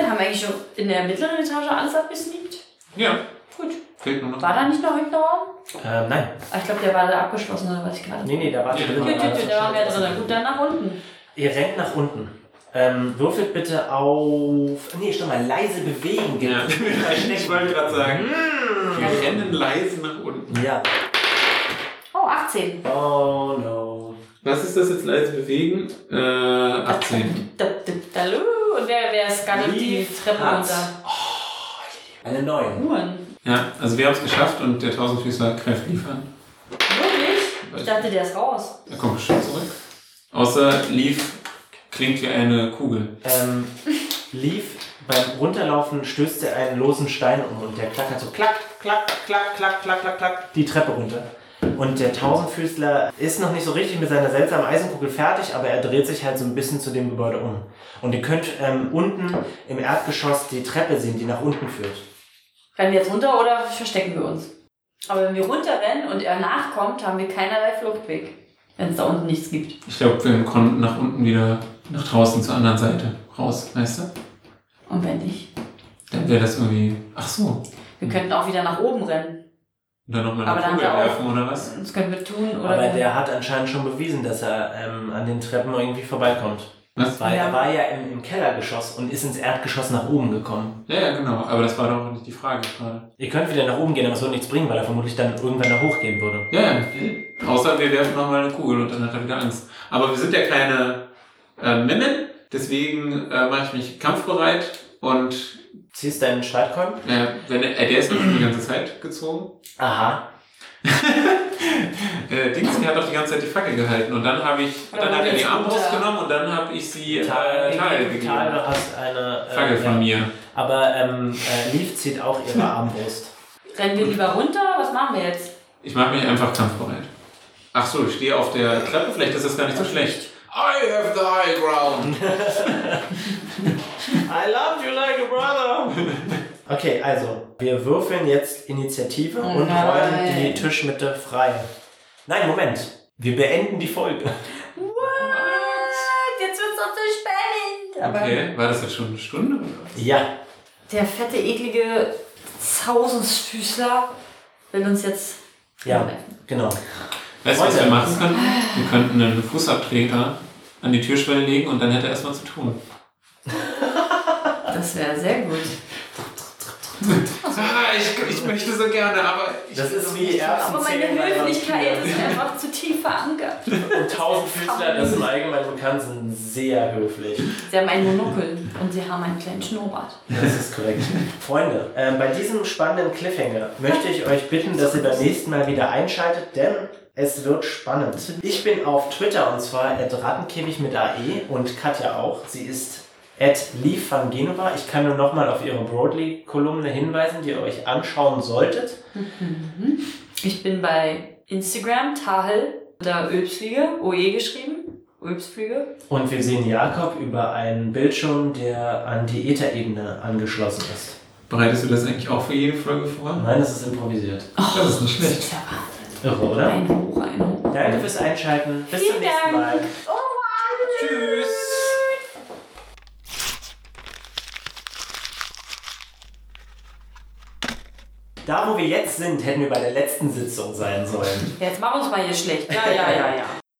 A: Haben wir eigentlich schon in der mittleren Etage alles abgesneakt?
D: Ja,
A: Gut.
D: fehlt nur noch.
A: War da nicht noch irgendein Raum?
B: Ähm, nein.
A: Ah, Ich glaube, der war da abgeschlossen, oder was ich gerade.
C: Nee, nee, da war
D: Ja,
C: schon
D: da
A: Tü,
C: drin.
A: tü, tü, Da waren wir drin. Gut, dann nach unten.
C: Ihr rennt nach unten. Ähm, würfelt bitte auf. Nee, stimmt mal, leise bewegen. gibt
D: Ja,
C: es.
D: *laughs* ich wollte gerade sagen, wir rennen leise nach unten.
C: Hm. ja.
A: Oh, 18.
C: Oh no.
D: Was ist das jetzt leise bewegen? Äh, 18.
A: Da, da, da, lu. Und wer, wer scannt die
C: Lief
A: Treppe
C: hat's.
A: runter?
C: Oh, Eine 9.
A: Uhren.
D: Ja, also wir haben es geschafft und der Tausendfüßler greift liefern.
A: Wirklich? Ich dachte, der ist raus.
D: Er kommt bestimmt zurück. Außer Leaf klingt wie eine Kugel.
C: Ähm, lief beim Runterlaufen stößt er einen losen Stein um und der klackert so klack, klack, klack, klack, klack, klack, klack, die Treppe runter. Und der Tausendfüßler ist noch nicht so richtig mit seiner seltsamen Eisenkugel fertig, aber er dreht sich halt so ein bisschen zu dem Gebäude um. Und ihr könnt ähm, unten im Erdgeschoss die Treppe sehen, die nach unten führt.
A: Rennen wir jetzt runter oder verstecken wir uns? Aber wenn wir runterrennen und er nachkommt, haben wir keinerlei Fluchtweg. Wenn es da unten nichts gibt.
D: Ich glaube, wir konnten nach unten wieder nach draußen zur anderen Seite raus, weißt du?
A: Und wenn nicht?
D: Dann wäre das irgendwie. Ach so. Und
C: Hm.
A: Wir könnten auch wieder nach oben rennen.
D: dann nochmal
A: Aber
D: eine
A: dann
D: Kugel
A: hat er auch-
D: werfen oder was?
A: Das können wir tun. Oder
C: Aber der hat anscheinend schon bewiesen, dass er ähm, an den Treppen irgendwie vorbeikommt.
D: Was?
C: Weil
A: Ja.
C: er war ja im, im Kellergeschoss und ist ins Erdgeschoss nach oben gekommen.
D: Ja, ja, genau. Aber das war doch nicht die Frage gerade.
C: Ihr könnt wieder nach oben gehen, aber es würde nichts bringen, weil er vermutlich dann irgendwann da hochgehen würde.
D: Ja, ja. Außer wir werfen nochmal eine Kugel und dann hat er wieder Angst. Aber wir sind ja keine äh, Mimmen, deswegen äh, mache ich mich kampfbereit und
C: Ziehst deinen Streitkolben?
D: äh, wenn er, äh, der ist mir schon die ganze Zeit gezogen.
C: Aha.
D: Äh, Dings, der hat doch die ganze Zeit die Fackel gehalten und dann habe ich,
A: Ja,
D: dann hat er die
A: jetzt
D: Armbrust
A: runter.
D: genommen und dann habe ich sie äh,
C: Tal-
D: Tal gegeben.
C: Tal, du hast eine... äh,
D: Fackel
C: ja.
D: von mir.
C: Aber ähm, äh, Leaf zieht auch ihre Armbrust.
A: rennen wir lieber runter? Was machen wir jetzt?
D: Ich mache mich einfach kampfbereit. Ach so, ich stehe auf der Treppe, vielleicht ist das gar nicht so schlecht. I have the high ground.
C: *laughs* I love you like a brother. Okay, also, wir würfeln jetzt Initiative
A: Oh
C: und räumen
A: nein.
C: die Tischmitte frei. Nein, Moment. Wir beenden
A: *laughs*
C: die Folge.
A: What? Jetzt wird's doch so spannend. Aber
D: Okay, war das jetzt schon eine Stunde? oder?
C: Ja.
A: der fette, eklige Tausendfüßler will uns jetzt.
C: Ja, genau.
D: Weißt du, was
C: Freunde.
D: wir machen könnten? Wir könnten einen Fußabtreter an die Türschwelle legen und dann hätte er erstmal zu tun.
A: Das wäre sehr gut.
D: Ah, ich, ich möchte so gerne, aber ich,
C: Das ist wie
A: Aber meine Höflichkeit ist einfach zu tief verankert.
C: Und Tausendfüßler, das
A: *laughs*
C: ist im Allgemeinen bekannt, sind sehr höflich.
A: Sie haben ein Monokel und sie haben einen kleinen Schnurrbart.
C: Das
A: *laughs*
C: ist korrekt. Freunde, ähm, bei diesem spannenden Cliffhanger möchte ich euch bitten, dass ihr beim nächsten Mal wieder einschaltet, denn es wird spannend. Ich bin auf Twitter und zwar rattenkäfig mit AE und Katja auch. Sie ist at Leaf van Genova. Ich kann nur nochmal auf ihre Broadly-Kolumne hinweisen, die ihr euch anschauen solltet.
A: Ich bin bei Instagram, Tahel, da Ölpsfliege, OE E geschrieben. Ölpsfliege.
C: Und wir sehen Jakob über einen Bildschirm, der an die Ätherebene angeschlossen ist.
D: Bereitest du das eigentlich auch für jede Folge vor?
C: Nein, das ist improvisiert.
D: Das ist nicht
A: Das
D: schlecht.
A: ist ja Wahnsinn.
C: Irre, oder?
A: Ein Hoch, ein Hoch.
C: Danke fürs Einschalten. Bis zum
A: Vielen
C: nächsten Mal.
A: Dank. Oh, wow.
D: Tschüss.
C: Da, wo wir jetzt sind, hätten wir bei der letzten Sitzung sein sollen.
A: Jetzt mach uns mal hier schlecht. Ja, ja, ja, ja.